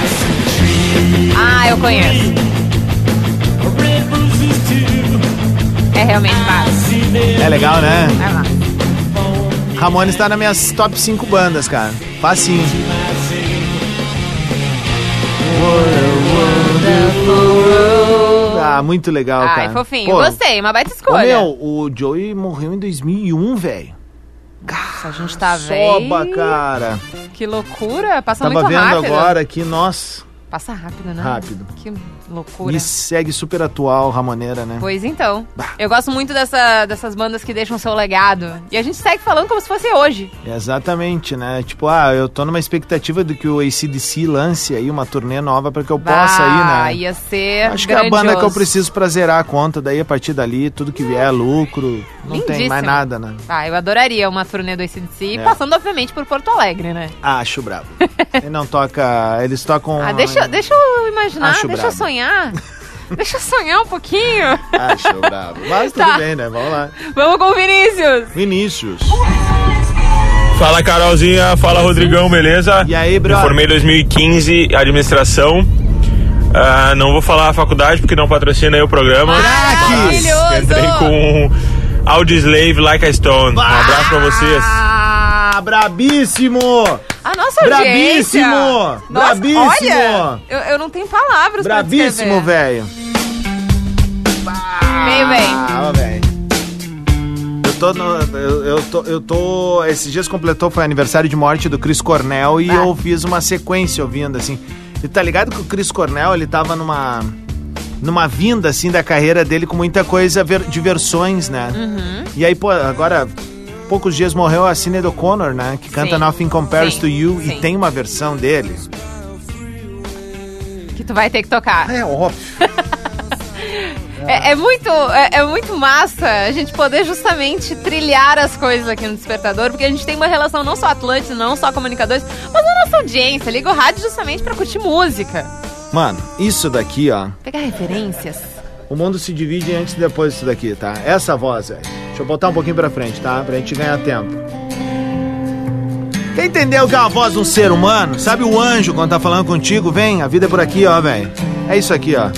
Speaker 2: Ah, eu conheço. É realmente fácil.
Speaker 1: É legal, né?
Speaker 2: Vai lá.
Speaker 1: Ramones tá nas minhas top 5 bandas, cara. Facinho. Ah, muito legal, cara.
Speaker 2: Ai, fofinho.
Speaker 1: Pô,
Speaker 2: Gostei, uma baita
Speaker 1: Ô,
Speaker 2: escolha.
Speaker 1: meu, o Joey morreu em 2001, velho.
Speaker 2: a gente tá vendo.
Speaker 1: Soba, cara.
Speaker 2: Que loucura. Passa
Speaker 1: Tava
Speaker 2: muito
Speaker 1: vendo
Speaker 2: rápido.
Speaker 1: agora aqui, nossa.
Speaker 2: Passa rápido, né?
Speaker 1: Rápido.
Speaker 2: Que loucura.
Speaker 1: Me segue super atual, Ramoneira, né?
Speaker 2: Pois então. Eu gosto muito dessa- dessas bandas que deixam seu legado. E a gente segue falando como se fosse hoje.
Speaker 1: Exatamente, né? Tipo, ah, eu tô numa expectativa do que o ACDC lance aí uma turnê nova pra que eu possa
Speaker 2: Ah,
Speaker 1: ir, né?
Speaker 2: ia ser
Speaker 1: Acho que é a banda
Speaker 2: grandioso.
Speaker 1: que eu preciso pra zerar a conta, daí a partir dali tudo que vier é lucro, não tem
Speaker 2: Lindíssimo.
Speaker 1: mais nada, né?
Speaker 2: Ah, eu adoraria uma turnê do ACDC,
Speaker 1: É.
Speaker 2: passando obviamente por Porto Alegre, né?
Speaker 1: Ah,
Speaker 2: [LAUGHS]
Speaker 1: Acho brabo. Ele não toca, eles tocam...
Speaker 2: Ah, deixa, deixa eu imaginar,
Speaker 1: Acho
Speaker 2: deixa eu
Speaker 1: brabo. [LAUGHS]
Speaker 2: sonhar. deixa eu sonhar um pouquinho. [LAUGHS]
Speaker 1: Ah, Acho brabo. Mas tudo
Speaker 2: Tá.
Speaker 1: bem, né? Vamos lá.
Speaker 2: Vamos com o Vinícius.
Speaker 1: Vinícius.
Speaker 12: Fala Carolzinha, fala Rodrigão, beleza? E
Speaker 1: aí,
Speaker 12: bro? Me formei em 2015, administração. Ah, não vou falar a faculdade porque não patrocina aí o programa. Mas Entrei com Audioslave Like a Stone. Um abraço pra vocês.
Speaker 1: Ah, brabíssimo!
Speaker 2: A nossa audiência.
Speaker 1: Brabíssimo!
Speaker 2: Nossa,
Speaker 1: Brabíssimo!
Speaker 2: Olha, eu, eu não tenho palavras
Speaker 1: Brabíssimo,
Speaker 2: pra
Speaker 1: velho.
Speaker 2: descrever. Meio bem.
Speaker 1: Ah, velho. Eu tô, no- eu, eu tô, eu tô. Esses dias completou, foi aniversário de morte do Chris Cornell
Speaker 2: Ah.
Speaker 1: e eu fiz uma sequência ouvindo, assim. E tá ligado que o Chris Cornell, ele tava numa. numa vinda, assim, da carreira dele com muita coisa ver- de versões, né?
Speaker 13: Uhum.
Speaker 1: E aí, pô, agora, poucos dias morreu a Sinead O'Connor, né? Que canta
Speaker 2: Sim.
Speaker 1: Nothing Compares
Speaker 2: Sim.
Speaker 1: to You
Speaker 2: Sim.
Speaker 1: e tem uma versão dele.
Speaker 2: Que tu vai ter que tocar.
Speaker 1: É óbvio.
Speaker 2: É, é muito, é, é muito massa a gente poder justamente trilhar as coisas aqui no Despertador, porque a gente tem uma relação não só Atlântico, não só comunicadores, mas a nossa audiência. Liga o rádio justamente pra curtir música.
Speaker 1: Mano, isso daqui, ó.
Speaker 2: Pegar referências.
Speaker 1: O mundo se divide antes e depois disso daqui, tá? Essa voz, velho. Deixa eu botar um pouquinho pra frente, tá? Pra gente ganhar tempo. Quem entendeu que é uma voz de um ser humano? Sabe o anjo quando tá falando contigo? Vem, a vida é por aqui, ó, velho. É isso aqui, ó.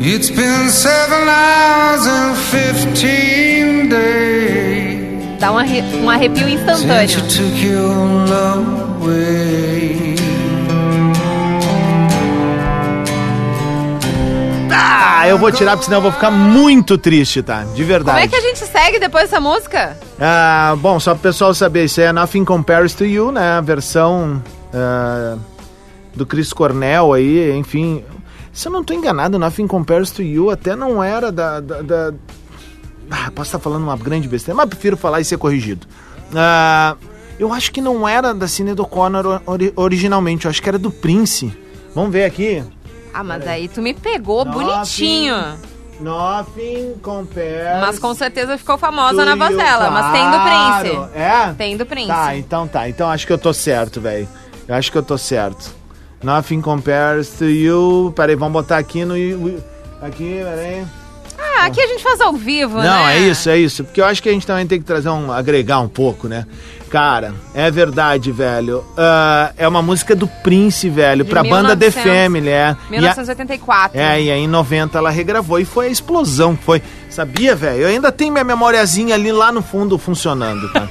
Speaker 13: It's been seven hours and fifteen days
Speaker 2: Dá um, arre- um arrepio
Speaker 13: since
Speaker 2: instantâneo.
Speaker 13: you took your love away.
Speaker 1: Ah, eu vou tirar porque senão eu vou ficar muito triste, tá? De
Speaker 2: Como é
Speaker 1: verdade.
Speaker 2: que a gente segue depois dessa música?
Speaker 1: Ah, bom, só pro pessoal saber, isso aí é Nothing Compares to You, né? A versão ah, do Chris Cornell aí, enfim. Se eu não tô enganado, Nothing Compares to You até não era da. da, da- Ah, posso estar falando uma grande besteira, mas prefiro falar e ser corrigido. Ah, eu acho que não era da Cine do Connor ori- originalmente, eu acho que era do Prince. Vamos ver aqui.
Speaker 2: Ah, mas aí tu me pegou
Speaker 1: Nothing
Speaker 2: bonitinho.
Speaker 1: Nothing compares.
Speaker 2: Mas com certeza ficou famosa
Speaker 1: to
Speaker 2: na voz
Speaker 1: you,
Speaker 2: dela. Mas tem do
Speaker 1: claro.
Speaker 2: Prince.
Speaker 1: É?
Speaker 2: Tem do Prince.
Speaker 1: Tá, então tá. Então acho que eu tô certo, velho. Eu acho que eu tô certo. Nothing compares to you. Peraí, vamos botar aqui no. Aqui, peraí.
Speaker 2: Ah, aqui a gente faz ao vivo, né?
Speaker 1: Não, é isso, é isso. Porque eu acho que a gente também tem que trazer um. agregar um pouco, né? Cara, é verdade, velho. Ah, é uma música do Prince, velho.
Speaker 2: De
Speaker 1: pra banda The
Speaker 2: 1900.
Speaker 1: Family, é. E a-
Speaker 2: 1984.
Speaker 1: é, e aí em 90 ela regravou e foi a explosão que foi. Sabia, velho? Eu ainda tenho minha memoriazinha ali lá no fundo funcionando, tá?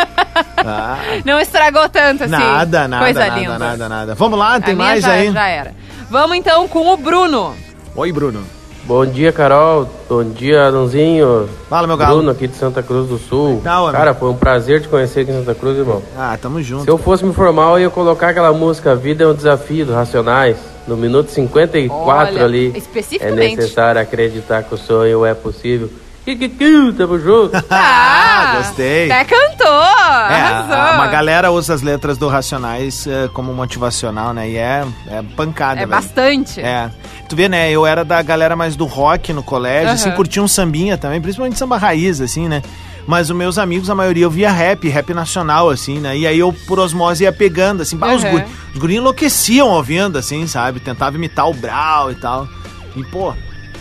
Speaker 1: Ah,
Speaker 2: Não estragou tanto assim.
Speaker 1: nada, nada,
Speaker 2: Coisa
Speaker 1: nada,
Speaker 2: linda.
Speaker 1: nada, nada. Vamos lá,
Speaker 2: A
Speaker 1: tem
Speaker 2: minha
Speaker 1: mais
Speaker 2: já,
Speaker 1: aí?
Speaker 2: Já era. Vamos então com o Bruno.
Speaker 1: Oi, Bruno.
Speaker 14: Bom dia, Carol. Bom dia, Adãozinho.
Speaker 1: Fala, meu galo.
Speaker 14: Bruno, aqui de Santa Cruz do Sul.
Speaker 1: Tal, amigo?
Speaker 14: Cara, foi um prazer te conhecer aqui em Santa Cruz, irmão.
Speaker 1: Ah, tamo junto.
Speaker 14: Se eu fosse me formar, eu ia colocar aquela música A Vida é um Desafio, dos Racionais, no minuto 54
Speaker 2: Olha,
Speaker 14: ali. É
Speaker 2: especificamente.
Speaker 14: necessário acreditar que o sonho é possível. Kikikiu, tamo junto.
Speaker 1: Ah, gostei.
Speaker 2: Tá. Até cantou!
Speaker 1: É, a-
Speaker 2: arrasou.
Speaker 1: uma galera usa as letras do Racionais eh, como motivacional, né? E é, é pancada,
Speaker 2: É
Speaker 1: velho.
Speaker 2: bastante.
Speaker 1: É. Tu vê, né? Eu era da galera mais do rock no colégio,
Speaker 2: Aham.
Speaker 1: assim, curtia um sambinha também, principalmente samba raiz, assim, né? Mas os meus amigos, a maioria, eu via rap, rap nacional, assim, né? E aí eu, por osmose, ia pegando, assim, bah, os,
Speaker 2: Aham.
Speaker 1: guri, os guri enlouqueciam ouvindo, assim, sabe? Tentava imitar o Brau e tal. E, pô,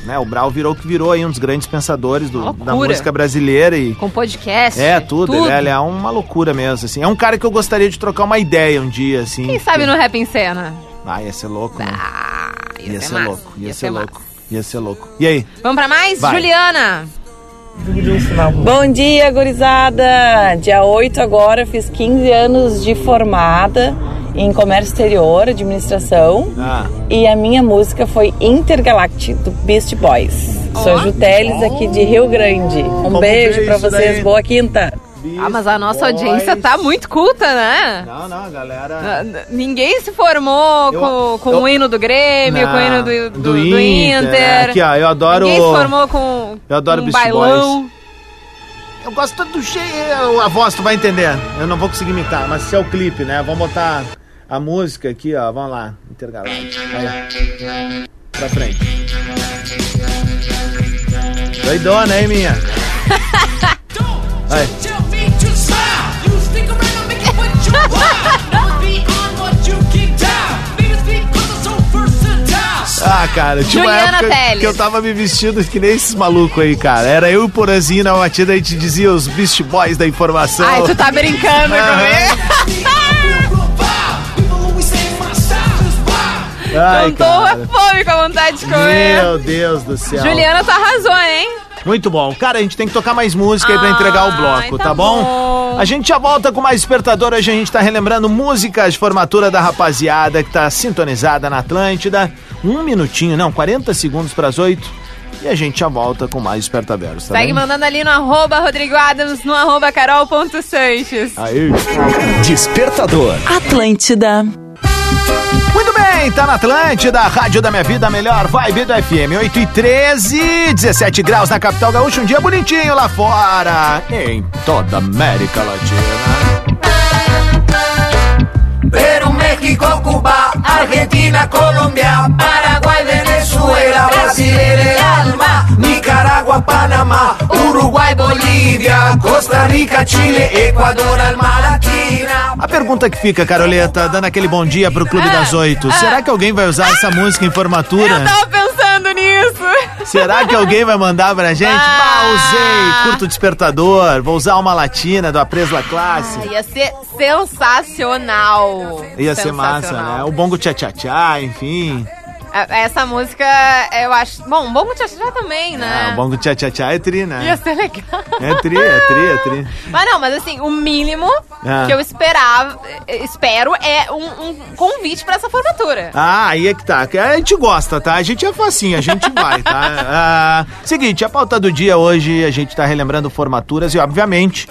Speaker 1: né? O Brau virou o que virou aí, um dos grandes pensadores do- da
Speaker 2: Loucura.
Speaker 1: música brasileira e...
Speaker 2: Com podcast.
Speaker 1: É, tudo. Ele, ele é uma loucura mesmo, assim. É um cara que eu gostaria de trocar uma ideia um dia, assim.
Speaker 2: Quem sabe é? no Rap em Cena?
Speaker 1: Ah, ia ser louco, né? ia,
Speaker 2: ser
Speaker 1: ser,
Speaker 2: massa,
Speaker 1: louco, ia,
Speaker 2: ia
Speaker 1: ser,
Speaker 2: ser
Speaker 1: louco. Ia ser louco. E aí?
Speaker 2: Vamos pra mais?
Speaker 1: Vai.
Speaker 2: Juliana.
Speaker 6: Bom dia, gurizada! Dia 8 agora, eu fiz 15 anos de formada em comércio exterior, administração.
Speaker 1: Ah.
Speaker 6: E a minha música foi Intergalactic, do Beast Boys. Sou Ju Teles, aqui de Rio Grande. Um
Speaker 2: Como que
Speaker 6: beijo
Speaker 2: é
Speaker 6: pra
Speaker 2: isso
Speaker 6: vocês,
Speaker 2: daí?
Speaker 6: boa quinta!
Speaker 2: Ah, mas a nossa audiência tá muito culta, né? Ah,
Speaker 1: Não, não, a galera.
Speaker 2: Ninguém se formou com, com o hino do Grêmio, com o hino do, do, do Inter.
Speaker 1: Aqui, ó, é eu adoro.
Speaker 2: Ninguém se formou com,
Speaker 1: Eu adoro
Speaker 2: com
Speaker 1: Beast
Speaker 2: bailão.
Speaker 1: Boys. Eu gosto do cheio. A voz, tu vai entender. Eu não vou conseguir imitar, mas se é o clipe, né? Vamos botar a música aqui, ó. Vamos lá. Intergaláctico. Aí. Pra frente. Doidona,
Speaker 2: [LAUGHS]
Speaker 1: hein, minha? Aí. Ah, cara, tinha uma
Speaker 2: Juliana
Speaker 1: época
Speaker 2: Telles.
Speaker 1: que eu tava me vestindo que nem esses malucos aí, cara. Era eu e o Poranzinho na batida, a gente dizia os Beast Boys da informação.
Speaker 2: Ai, tu tá brincando
Speaker 1: comigo. Ai,
Speaker 2: Não tô
Speaker 1: cara.
Speaker 2: é fome com a vontade de comer.
Speaker 1: Meu Deus do céu.
Speaker 2: Juliana, tu arrasou, hein?
Speaker 1: Muito bom. Cara, a gente tem que tocar mais música aí pra entregar o bloco, tá, bom? A gente já volta com mais despertador. Hoje a gente tá relembrando músicas de formatura da rapaziada que tá sintonizada na Atlântida. Um minutinho, não, 40 segundos pras oito. E a gente já volta com mais despertador. Tá
Speaker 2: Segue
Speaker 1: bem?
Speaker 2: mandando ali no arroba Rodrigo Adams, no arroba carol.sanches.
Speaker 1: Aí. Despertador.
Speaker 6: Atlântida.
Speaker 1: Muito bem, tá na Atlântida, Rádio da Minha Vida, a melhor vibe do FM. 8 e 13, 17 graus na capital gaúcha, um dia bonitinho lá fora, em toda a América Latina.
Speaker 15: Perú, México, Cuba, Argentina, Colombia, Paraguay, Venezuela, Brasil, el alma, Nicaragua, Panamá, Uruguay, Bolivia, Costa Rica, Chile, Ecuador, alma latina.
Speaker 1: A pergunta que fica, Caroleta, dando aquele bom dia pro Clube
Speaker 15: Ah,
Speaker 1: das Oito. Será que alguém vai usar essa música em formatura?
Speaker 2: Tava pensando nisso.
Speaker 1: Será que alguém vai mandar pra gente?
Speaker 2: Ah.
Speaker 1: Bah, usei, curto o despertador, vou usar uma latina do Apresla Classe.
Speaker 2: Ah, ia ser sensacional.
Speaker 1: Ia ser massa,
Speaker 2: Sensacional.
Speaker 1: né? O bongo tchá-tchá-tchá, enfim.
Speaker 2: A- Essa música, eu acho. Bom, bom que já também,
Speaker 1: Ah,
Speaker 2: né?
Speaker 1: o bongo tchá-tchá-tchá é tri, né?
Speaker 2: Ia ser legal.
Speaker 1: É tri, é tri, é tri.
Speaker 2: Mas não, mas assim, o mínimo
Speaker 1: Ah.
Speaker 2: que eu esperava, eh, espero é um, um convite pra essa formatura.
Speaker 1: Ah, aí é que tá. A gente gosta, tá? A gente é facinho, a gente vai, tá? Ah, seguinte, a pauta do dia hoje, a gente tá relembrando formaturas e, obviamente,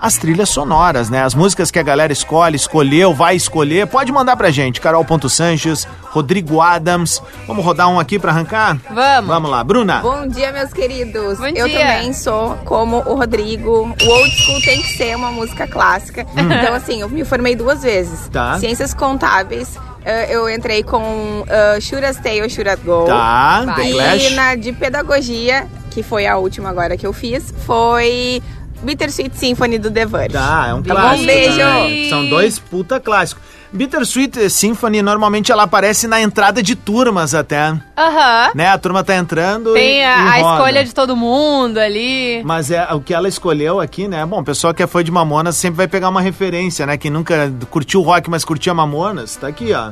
Speaker 1: as trilhas sonoras, né? As músicas que a galera escolhe, escolheu, vai escolher. Pode mandar pra gente, carol.sanches, Rodrigo Adams. Vamos rodar um aqui pra arrancar?
Speaker 2: Vamos.
Speaker 1: Vamos lá, Bruna.
Speaker 16: Bom dia, meus queridos.
Speaker 2: Bom
Speaker 16: eu
Speaker 2: dia.
Speaker 16: também sou como o Rodrigo. O old school tem que ser uma música clássica.
Speaker 2: Hum.
Speaker 16: Então, assim, eu me formei duas vezes.
Speaker 1: Tá.
Speaker 16: Ciências contábeis. eh, Eu entrei com uh, Should I Stay ou Should I Go?
Speaker 1: Tá, The Clash.
Speaker 16: E na de pedagogia, que foi a última agora que eu fiz, foi Bittersweet Symphony do The Verge.
Speaker 1: Tá, é um
Speaker 16: Tá bom?
Speaker 1: clássico.
Speaker 16: Beijo.
Speaker 1: né? São dois puta clássicos. Bittersweet Symphony, normalmente ela aparece na entrada de turmas até.
Speaker 2: Aham.
Speaker 1: Né? A turma tá entrando e-
Speaker 2: Tem a,
Speaker 1: e
Speaker 2: a
Speaker 1: roda.
Speaker 2: escolha de todo mundo ali.
Speaker 1: Mas é o que ela escolheu aqui, né? Bom, o pessoal que é fã de Mamonas sempre vai pegar uma referência, né? Quem nunca curtiu rock, mas curtia Mamonas, tá aqui, ó.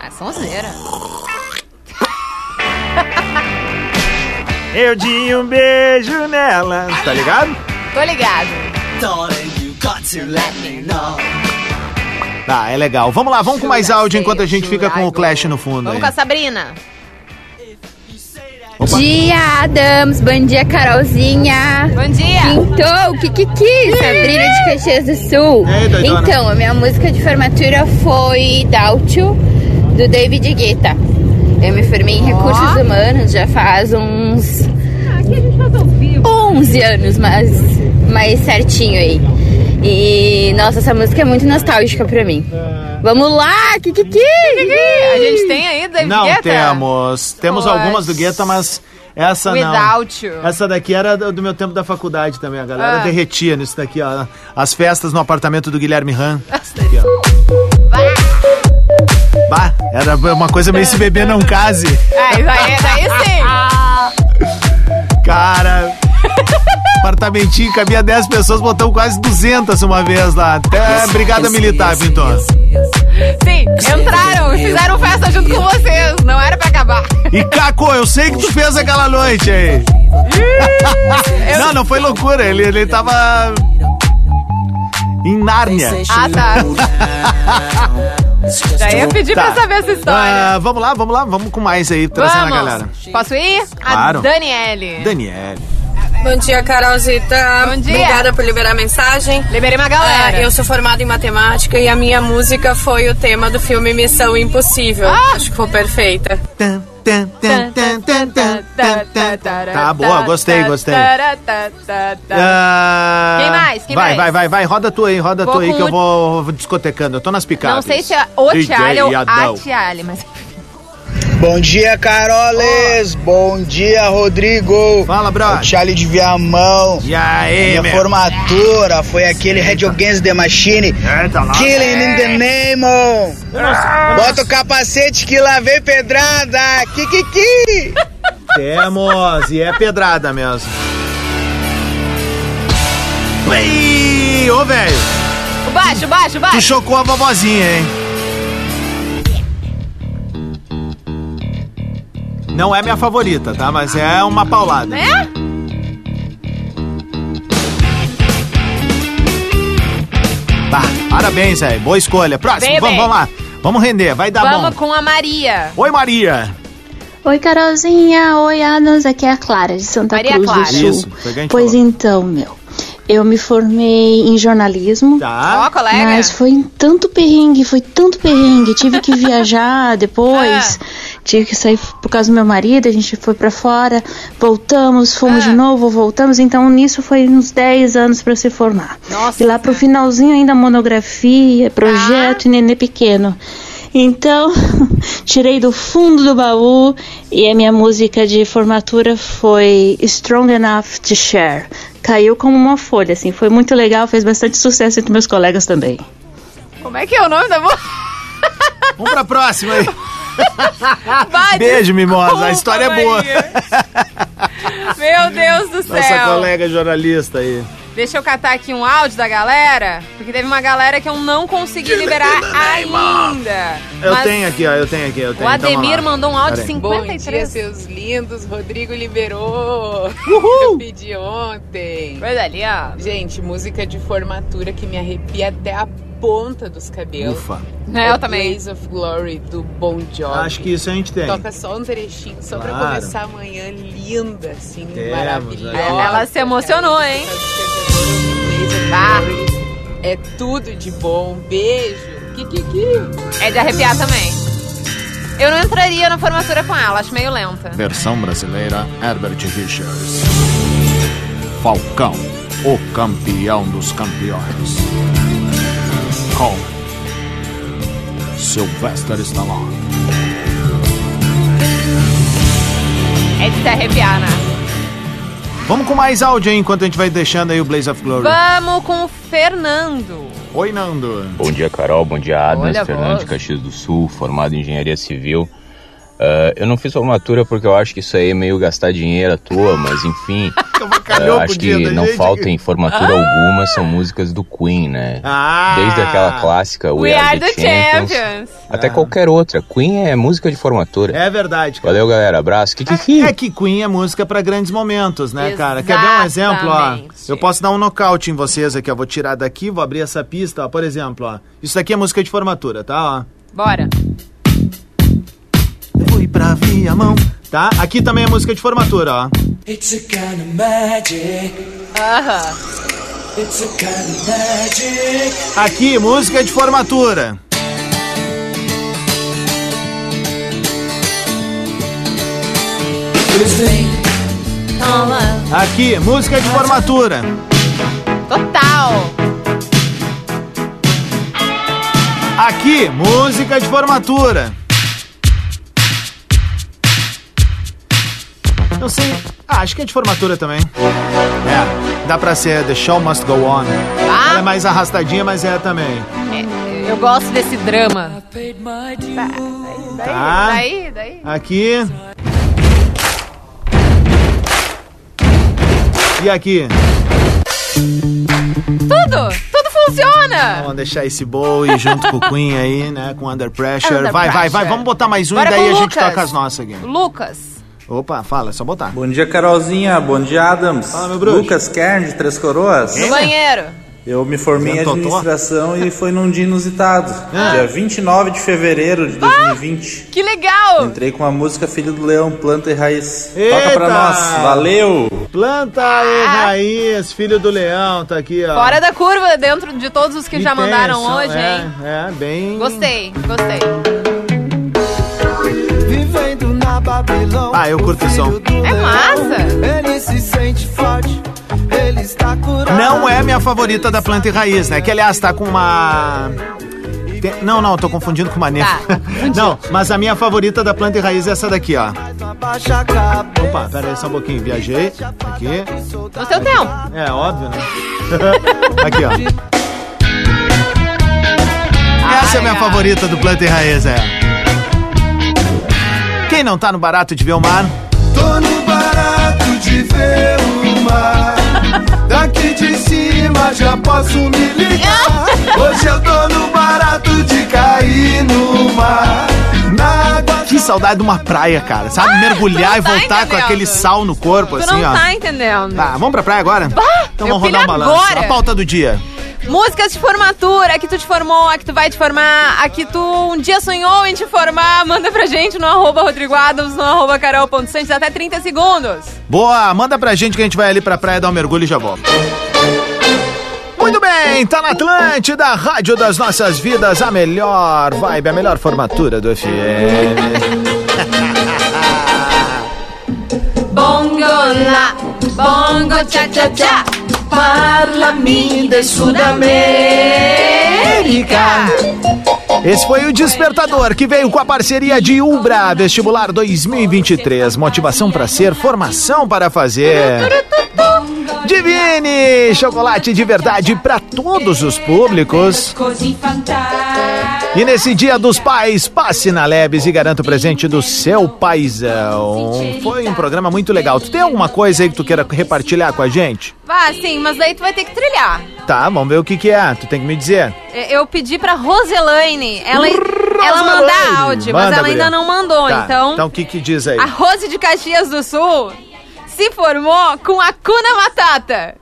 Speaker 2: Ah, sonzeira.
Speaker 1: [LAUGHS] Eu dei um beijo nela. Tá ligado?
Speaker 2: Tô ligado.
Speaker 15: Darling, you got to let me know.
Speaker 1: Tá, é legal. Vamos lá, vamos com mais áudio enquanto a gente fica com o Clash no fundo.
Speaker 2: Vamos
Speaker 1: aí.
Speaker 2: com a Sabrina.
Speaker 17: Bom dia, Adams. Bom dia, Carolzinha.
Speaker 2: Bom dia.
Speaker 17: Então, o que que quis? Sabrina de Caxias do Sul.
Speaker 18: E aí, doidona?
Speaker 17: então, a minha música de formatura foi Dáutio, do David Guetta. Eu me formei em recursos humanos já faz uns 11 anos, mas mais certinho aí. E, nossa, essa música é muito nostálgica pra mim. Vamos lá, que que
Speaker 2: A gente tem aí, David
Speaker 1: Não
Speaker 2: Guetta?
Speaker 1: temos. Temos
Speaker 2: Poxa.
Speaker 1: algumas do Guetta, mas essa não.
Speaker 2: Without you.
Speaker 1: Essa daqui era do do meu tempo da faculdade também. A galera
Speaker 2: Ah.
Speaker 1: derretia nisso daqui, ó. As festas no apartamento do Guilherme Han. Bah, era uma coisa meio se beber não case.
Speaker 2: Ah, isso aí, daí sim. [LAUGHS]
Speaker 1: Cara. Apartamentinho, cabia 10 pessoas, botamos quase 200 uma vez lá. Até Brigada Militar, pintou.
Speaker 2: Sim, entraram, fizeram festa junto com vocês. Não era pra acabar.
Speaker 1: E Caco, eu sei que tu fez aquela noite aí. Não, não foi loucura, ele, ele tava. Em Nárnia.
Speaker 2: Ah, tá. Já ia pedir
Speaker 1: Tá.
Speaker 2: pra saber essa história.
Speaker 1: Ah, vamos lá, vamos lá, vamos com mais aí, trazendo a galera.
Speaker 2: Vamos. Posso ir?
Speaker 1: Claro.
Speaker 2: A Daniele.
Speaker 1: Daniele.
Speaker 19: Bom dia, Carolzita. Bom dia. Obrigada por liberar a mensagem.
Speaker 2: Liberei uma galera.
Speaker 19: é, Ah, eu sou formada em matemática e a minha música foi o tema do filme Missão Impossível. Acho que foi perfeita.
Speaker 2: tá,
Speaker 1: Tá, boa, gostei, gostei.
Speaker 2: tá,
Speaker 1: Ah,
Speaker 2: Quem mais? Quem
Speaker 1: vai,
Speaker 2: mais?
Speaker 1: vai, vai, vai, roda tu aí, roda
Speaker 2: Vou
Speaker 1: tu aí
Speaker 2: com
Speaker 1: que eu
Speaker 2: o-
Speaker 1: vou vou discotecando. Eu tô nas picadas.
Speaker 2: Não sei se é o Tialha ou a Tialha, mas
Speaker 20: Bom dia, Caroles! Bom dia, Rodrigo!
Speaker 1: Fala, brother!
Speaker 20: Charlie de Viamão!
Speaker 1: E aí,
Speaker 20: Minha
Speaker 1: meu?
Speaker 20: formatura foi aquele Red Against the Machine Killing in the Name! on. Bota o capacete que lá vem pedrada! Kikiki!
Speaker 1: Temos, e é pedrada mesmo. Ei, ô, velho,
Speaker 2: Baixo, baixo, baixo.
Speaker 1: tu chocou a vovozinha, hein? Não é minha favorita, tá? Mas é uma paulada.
Speaker 2: Né?
Speaker 1: Tá, parabéns, velho. Boa escolha. Próximo,
Speaker 2: Bem,
Speaker 1: vamos,
Speaker 2: bem.
Speaker 1: vamos lá. Vamos render, vai dar
Speaker 2: vamos
Speaker 1: Tá bom.
Speaker 2: com a Maria.
Speaker 1: Oi, Maria.
Speaker 5: Oi, Carolzinha. Oi, Adams. Aqui é a Clara, de Santa
Speaker 2: Maria
Speaker 5: Cruz
Speaker 2: Clara.
Speaker 5: do Sul.
Speaker 2: Isso,
Speaker 1: foi quem
Speaker 5: pois então, meu. Eu me formei em jornalismo.
Speaker 1: Tá.
Speaker 2: Ó, colega.
Speaker 5: Mas foi tanto perrengue, foi tanto perrengue. Tive
Speaker 2: [LAUGHS]
Speaker 5: que viajar depois.
Speaker 2: Ah.
Speaker 5: Tive que sair por causa do meu marido, a gente foi pra fora, voltamos,
Speaker 2: Ah.
Speaker 5: fomos de novo, voltamos. Então nisso foi uns 10 anos pra se formar.
Speaker 2: Nossa,
Speaker 5: e lá pro finalzinho ainda monografia, projeto e nenê pequeno. Então, [LAUGHS] tirei do fundo do baú e a minha música de formatura foi Strong Enough to Share. Caiu como uma folha, assim, foi muito legal, fez bastante sucesso entre meus colegas também.
Speaker 2: Como é que é o nome da música?
Speaker 1: Vamos pra
Speaker 2: [LAUGHS]
Speaker 1: próxima aí.
Speaker 2: Vai,
Speaker 1: [LAUGHS] Beijo, mimosa.
Speaker 2: desculpa,
Speaker 1: A história é boa.
Speaker 2: Maria.
Speaker 1: [LAUGHS]
Speaker 2: Meu Deus do céu.
Speaker 1: Nossa é? colega jornalista aí.
Speaker 2: Deixa eu catar aqui um áudio da galera, porque teve uma galera que eu não consegui liberar ainda.
Speaker 1: Eu
Speaker 2: Mas
Speaker 1: tenho aqui, ó. Eu tenho aqui, eu tenho.
Speaker 2: O
Speaker 1: Então, vamos
Speaker 2: Ademir
Speaker 1: lá.
Speaker 2: mandou um áudio
Speaker 1: Pera aí.
Speaker 2: 53.
Speaker 21: Bom dia, seus lindos. Rodrigo liberou. Eu pedi ontem.
Speaker 2: Coisa é, ali, ó.
Speaker 21: Gente, música de formatura que me arrepia até a ponta dos cabelos.
Speaker 1: Ufa.
Speaker 2: É, eu
Speaker 21: É
Speaker 2: também.
Speaker 21: Blaze of Glory, do Bon Jovi.
Speaker 1: Acho que isso a gente tem.
Speaker 21: Toca só um trechinho, só pra
Speaker 1: Claro.
Speaker 21: começar amanhã linda, assim,
Speaker 1: Temos,
Speaker 21: maravilhosa.
Speaker 1: é.
Speaker 2: Ela se emocionou, hein?
Speaker 21: Tá. É tudo de
Speaker 2: Um
Speaker 21: bom. Beijo. Kikiki.
Speaker 2: É de arrepiar também. Eu não entraria na formatura com ela, acho meio lenta.
Speaker 1: Versão brasileira, Herbert Richards. Falcão, o campeão dos campeões. Com Sylvester Stallone.
Speaker 2: É de se arrepiar, né?
Speaker 1: Vamos com mais áudio aí, enquanto a gente vai deixando aí o Blaze of Glory.
Speaker 2: Vamos com o Fernando.
Speaker 1: Oi, Nando.
Speaker 22: Bom dia, Carol. Bom dia, Adams.
Speaker 2: Olha a
Speaker 22: Fernando de
Speaker 2: voz.
Speaker 22: Caxias do Sul, formado em engenharia civil.
Speaker 23: Uh, eu não fiz formatura porque eu acho que isso aí é meio gastar dinheiro à toa, mas
Speaker 2: [LAUGHS]
Speaker 23: enfim. uh, acho que não falta em
Speaker 1: Ah!
Speaker 23: formatura alguma, são músicas do Queen, né? Desde aquela clássica We, Are, the, Champions, até qualquer outra. Queen é música de formatura.
Speaker 1: É verdade. cara.
Speaker 23: Valeu, galera. Abraço. Que, que, que...
Speaker 1: É que Queen é música pra grandes momentos, né, cara? Quer ver um exemplo? Ó, eu posso dar um nocaute em vocês aqui, ó. Vou tirar daqui, vou abrir essa pista, ó. Por exemplo, ó. Isso aqui é música de formatura, tá? Ó.
Speaker 2: Bora.
Speaker 1: Eu fui pra via mão. Tá? Aqui também é música de formatura, ó.
Speaker 15: It's a kind of magic. It's a kind of magic.
Speaker 1: Aqui, música de formatura. Aqui, música de formatura.
Speaker 2: Total.
Speaker 1: Aqui, música de formatura. Não sei. Ah, acho que é de formatura também. É, dá pra ser The Show Must Go On. Ela é mais arrastadinha, mas é também.
Speaker 2: É, eu gosto desse drama.
Speaker 1: Tá?
Speaker 2: Daí, daí.
Speaker 1: Aqui. E aqui?
Speaker 2: Tudo! Tudo funciona!
Speaker 1: Vamos deixar esse Bowie junto com o Queen aí, né? Com Under Pressure.
Speaker 2: Under
Speaker 1: vai, vai, vai.
Speaker 2: Pressure.
Speaker 1: Vamos botar mais um
Speaker 2: Bora
Speaker 1: e daí
Speaker 2: com
Speaker 1: a
Speaker 2: o
Speaker 1: gente
Speaker 2: Lucas.
Speaker 1: toca as nossas aqui.
Speaker 2: Lucas.
Speaker 1: Opa, fala, é só botar.
Speaker 24: Bom dia, Carolzinha. Bom dia, Adams. Fala, meu
Speaker 1: bruxo.
Speaker 24: Lucas Kern, de Três Coroas.
Speaker 23: É?
Speaker 2: No banheiro.
Speaker 24: Eu me formei em
Speaker 1: Zé é um Totó? Ah!
Speaker 24: administração e foi num dia
Speaker 1: [LAUGHS]
Speaker 24: inusitado. Dia 29 de fevereiro de 2020.
Speaker 2: Que legal!
Speaker 24: Entrei com a música Filho do Leão, Planta e Raiz. Toca pra
Speaker 1: Eita!
Speaker 24: nós. Valeu!
Speaker 1: Planta e raiz, filho do leão, tá aqui, ó.
Speaker 2: Ah. Fora da curva, dentro de todos os que já mandaram
Speaker 1: Intenso,
Speaker 2: hoje,
Speaker 1: é,
Speaker 2: hein?
Speaker 1: É, bem.
Speaker 2: Gostei, gostei.
Speaker 15: Vivendo na Babilônia.
Speaker 1: Ah, eu curto esse som.
Speaker 2: É massa!
Speaker 15: Ele se sente forte, ele está curado.
Speaker 1: Não é minha favorita da planta e raiz, né? Que aliás tá com uma. Tem- Não, não, tô confundindo com uma
Speaker 2: Tá,
Speaker 1: neve. não, mas a minha favorita da planta e raiz é essa daqui, ó.
Speaker 15: Abaixa a cabeça.
Speaker 1: Opa, pera aí só um pouquinho, viajei. Aqui.
Speaker 2: No seu tempo.
Speaker 1: É óbvio, né? [LAUGHS] aqui, ó. Essa é a minha favorita do planta e raiz, é. Quem não tá no barato de ver o mar?
Speaker 15: Tô no barato de ver o mar. Daqui de cima já posso me ligar. Hoje eu tô no barato de cair no mar. Na água
Speaker 1: Que saudade de uma praia, cara. Sabe, mergulhar
Speaker 2: tu
Speaker 1: e
Speaker 2: não tá
Speaker 1: voltar com
Speaker 2: entendendo.
Speaker 1: aquele sal no corpo,
Speaker 2: Tu
Speaker 1: assim,
Speaker 2: não
Speaker 1: ó.
Speaker 2: tá entendendo.
Speaker 1: Tá, vamos pra praia agora?
Speaker 2: Bah,
Speaker 1: então
Speaker 2: meu
Speaker 1: vamos rodar um
Speaker 2: filho,
Speaker 1: balanço.
Speaker 2: agora.
Speaker 1: A pauta do dia.
Speaker 2: Músicas de formatura, a que tu te formou, a que tu vai te formar, a que tu um dia sonhou em te formar, manda pra gente no arroba Rodrigo Adams, no arroba carol.santos, até 30 segundos.
Speaker 1: Boa, manda pra gente que a gente vai ali pra praia dar um mergulho e já volta. Muito bem, tá na Atlântida, a rádio das nossas vidas, a melhor vibe, a melhor formatura do FM.
Speaker 15: Bongo la, bongo cha cha cha. Parlami de Sudamérica.
Speaker 1: Esse foi o Despertador, que veio com a parceria de Ubra, Vestibular 2023. Motivação pra ser, formação para fazer. Divine, chocolate de verdade pra todos os públicos.
Speaker 15: Così fantastica.
Speaker 1: E nesse dia dos pais, passe na Lebes e garanta o presente do seu paizão. Foi um programa muito legal. Tu tem alguma coisa aí que tu queira repartilhar com a gente?
Speaker 2: Vá, sim, mas daí tu vai ter que trilhar.
Speaker 1: Tá, vamos ver o que que é. Tu tem que me dizer.
Speaker 2: É, Eu pedi pra Roselaine, ela, ela mandar áudio, mas
Speaker 1: Manda,
Speaker 2: ela ainda
Speaker 1: guria.
Speaker 2: não mandou,
Speaker 1: Tá,
Speaker 2: então...
Speaker 1: Então o que que diz aí?
Speaker 2: A Rose de Caxias do Sul se formou com a Cuna Matata.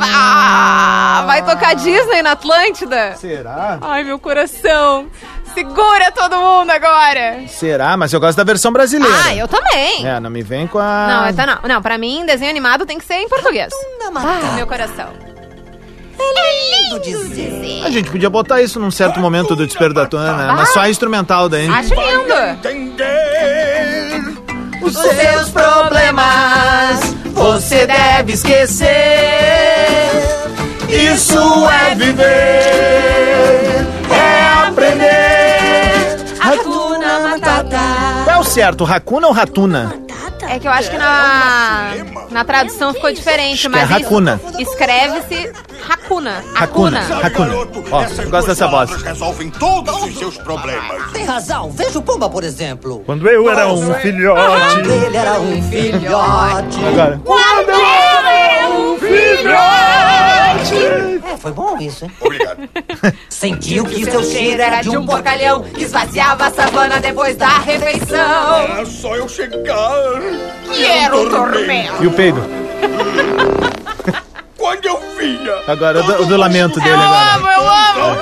Speaker 2: Ah, vai tocar Disney na Atlântida?
Speaker 1: Será?
Speaker 2: Ai, meu coração. Segura todo mundo agora.
Speaker 1: Será? Mas eu gosto da versão brasileira.
Speaker 2: Ah, eu também.
Speaker 1: É, não me vem com a...
Speaker 2: Não, essa não. Não, pra mim, desenho animado tem que ser em português. Ah, meu coração. É lindo dizer.
Speaker 1: A gente podia botar isso num certo momento do Despertador, né? Mas só a instrumental daí.
Speaker 2: Acho lindo.
Speaker 15: Os seus problemas você deve esquecer. Isso é viver, é aprender. Hakuna Matata.
Speaker 1: Qual é o certo, racuna ou ratuna?
Speaker 2: É É que eu acho que na, na tradução ficou diferente,
Speaker 1: que é
Speaker 2: mas isso-
Speaker 1: Hakuna.
Speaker 2: escreve-se Hakuna.
Speaker 1: Hakuna, Hakuna. Ó, eu gosto dessa voz.
Speaker 25: resolvem todos os seus problemas.
Speaker 26: Tem razão, veja o Pumba, por exemplo.
Speaker 25: Quando eu era um filhote.
Speaker 26: Quando ele era um filhote.
Speaker 25: Agora.
Speaker 26: Quando ele era um
Speaker 25: filhote.
Speaker 26: É, foi bom isso, hein? Obrigado. Sentiu que seu cheiro era de um
Speaker 2: porcalhão que esvaziava a savana depois da refeição.
Speaker 25: Era só eu chegar.
Speaker 2: Que era um tormento.
Speaker 1: E o peido?
Speaker 25: [LAUGHS] Quando eu vinha.
Speaker 1: Agora, o do, o do lamento dele
Speaker 25: Eu
Speaker 1: agora.
Speaker 2: eu amo.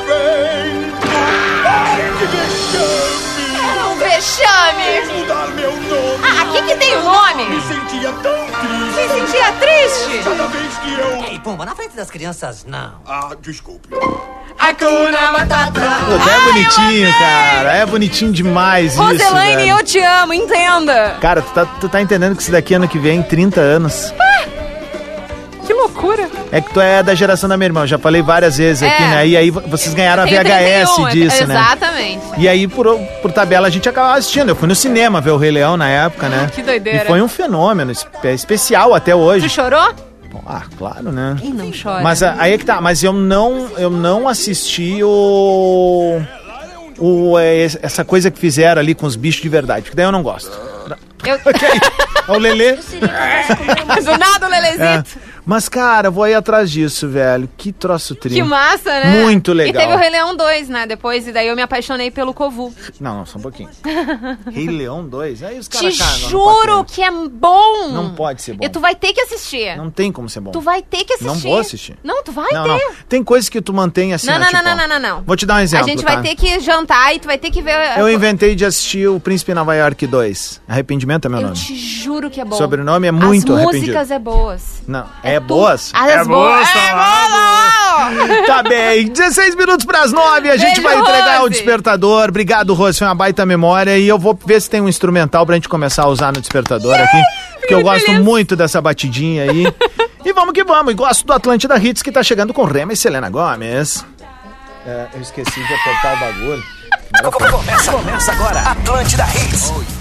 Speaker 25: Ai, que vexame.
Speaker 2: Era um vexame.
Speaker 25: Mudar meu nome.
Speaker 2: Ah, aqui que tem o nome.
Speaker 25: Me sentia tão
Speaker 2: Se
Speaker 25: triste.
Speaker 2: sentia triste.
Speaker 25: Cada vez que eu.
Speaker 26: Ei, Pumba, na frente das crianças, não.
Speaker 25: Ah, desculpe.
Speaker 2: Hakuna Matata.
Speaker 1: Puta, é bonitinho, cara. É bonitinho demais isso.
Speaker 2: Roselaine,
Speaker 1: velho.
Speaker 2: eu te amo, entenda.
Speaker 1: Cara, tu tá, tu tá entendendo que isso daqui ano que vem, 30 anos.
Speaker 2: Que loucura.
Speaker 1: É que tu é da geração da minha irmã, eu já falei várias vezes aqui,
Speaker 2: É. um,
Speaker 1: né? E aí vocês ganharam a
Speaker 2: Tenho
Speaker 1: VHS
Speaker 2: 31,
Speaker 1: disso, né?
Speaker 2: Exatamente.
Speaker 1: E aí, por, por tabela, a gente acabava assistindo. Eu fui no cinema ver o Rei Leão na época, né?
Speaker 2: que doideira.
Speaker 1: E foi um fenômeno espe- especial até hoje.
Speaker 2: Tu chorou?
Speaker 1: Ah, claro, né?
Speaker 2: Quem não chora?
Speaker 1: Mas a- aí é que tá, mas eu não, eu não assisti o. o é, es- essa coisa que fizeram ali com os bichos de verdade, porque daí eu não gosto.
Speaker 26: [LAUGHS]
Speaker 2: Eu...
Speaker 1: É o Lelê.
Speaker 2: Do nada, o Lelezito.
Speaker 1: É. Mas, cara, vou ir atrás disso, velho. Que troço triste.
Speaker 2: Que massa, né?
Speaker 1: Hum. Muito legal.
Speaker 2: E teve o Rei Leão 2, né? Depois, e daí eu me apaixonei pelo Kovu.
Speaker 1: Não, não, só um pouquinho. Rei Leão 2. Aí os
Speaker 2: Te
Speaker 1: caras, cara, não-
Speaker 2: juro que é bom.
Speaker 1: Não pode ser bom.
Speaker 2: E tu vai ter que assistir.
Speaker 1: Não tem como ser bom.
Speaker 2: Tu vai ter que assistir.
Speaker 1: Não vou assistir.
Speaker 2: Não, tu vai
Speaker 1: não,
Speaker 2: ter.
Speaker 1: não. Tem coisas que tu mantém assim,
Speaker 2: não,
Speaker 1: ó,
Speaker 2: não,
Speaker 1: tipo,
Speaker 2: não,
Speaker 1: ó.
Speaker 2: não, não, não.
Speaker 1: Vou te dar um exemplo,
Speaker 2: A gente
Speaker 1: tá?
Speaker 2: vai ter que jantar e tu vai ter que ver.
Speaker 1: Eu inventei de assistir o Príncipe em Nova York 2. Arrependimento é meu
Speaker 2: Eu
Speaker 1: nome.
Speaker 2: te juro que é bom.
Speaker 1: Sobrenome é muito
Speaker 2: As
Speaker 1: arrependido.
Speaker 2: músicas é boas.
Speaker 1: Não, é, boas?
Speaker 2: As boas. É boa!
Speaker 1: [LAUGHS] Tá bem, 16 minutos pras 9, a gente
Speaker 2: Beijo,
Speaker 1: vai entregar o
Speaker 2: Rose.
Speaker 1: despertador. Obrigado, Rose, foi uma baita memória. E eu vou ver se tem um instrumental pra gente começar a usar no despertador aqui. Porque eu gosto muito dessa batidinha aí. e vamos que vamos, e gosto do Atlântida Hits que tá chegando com Rema e Selena Gomes. É, eu esqueci de apertar o bagulho.
Speaker 3: Começa, começa agora. Atlântida Hits.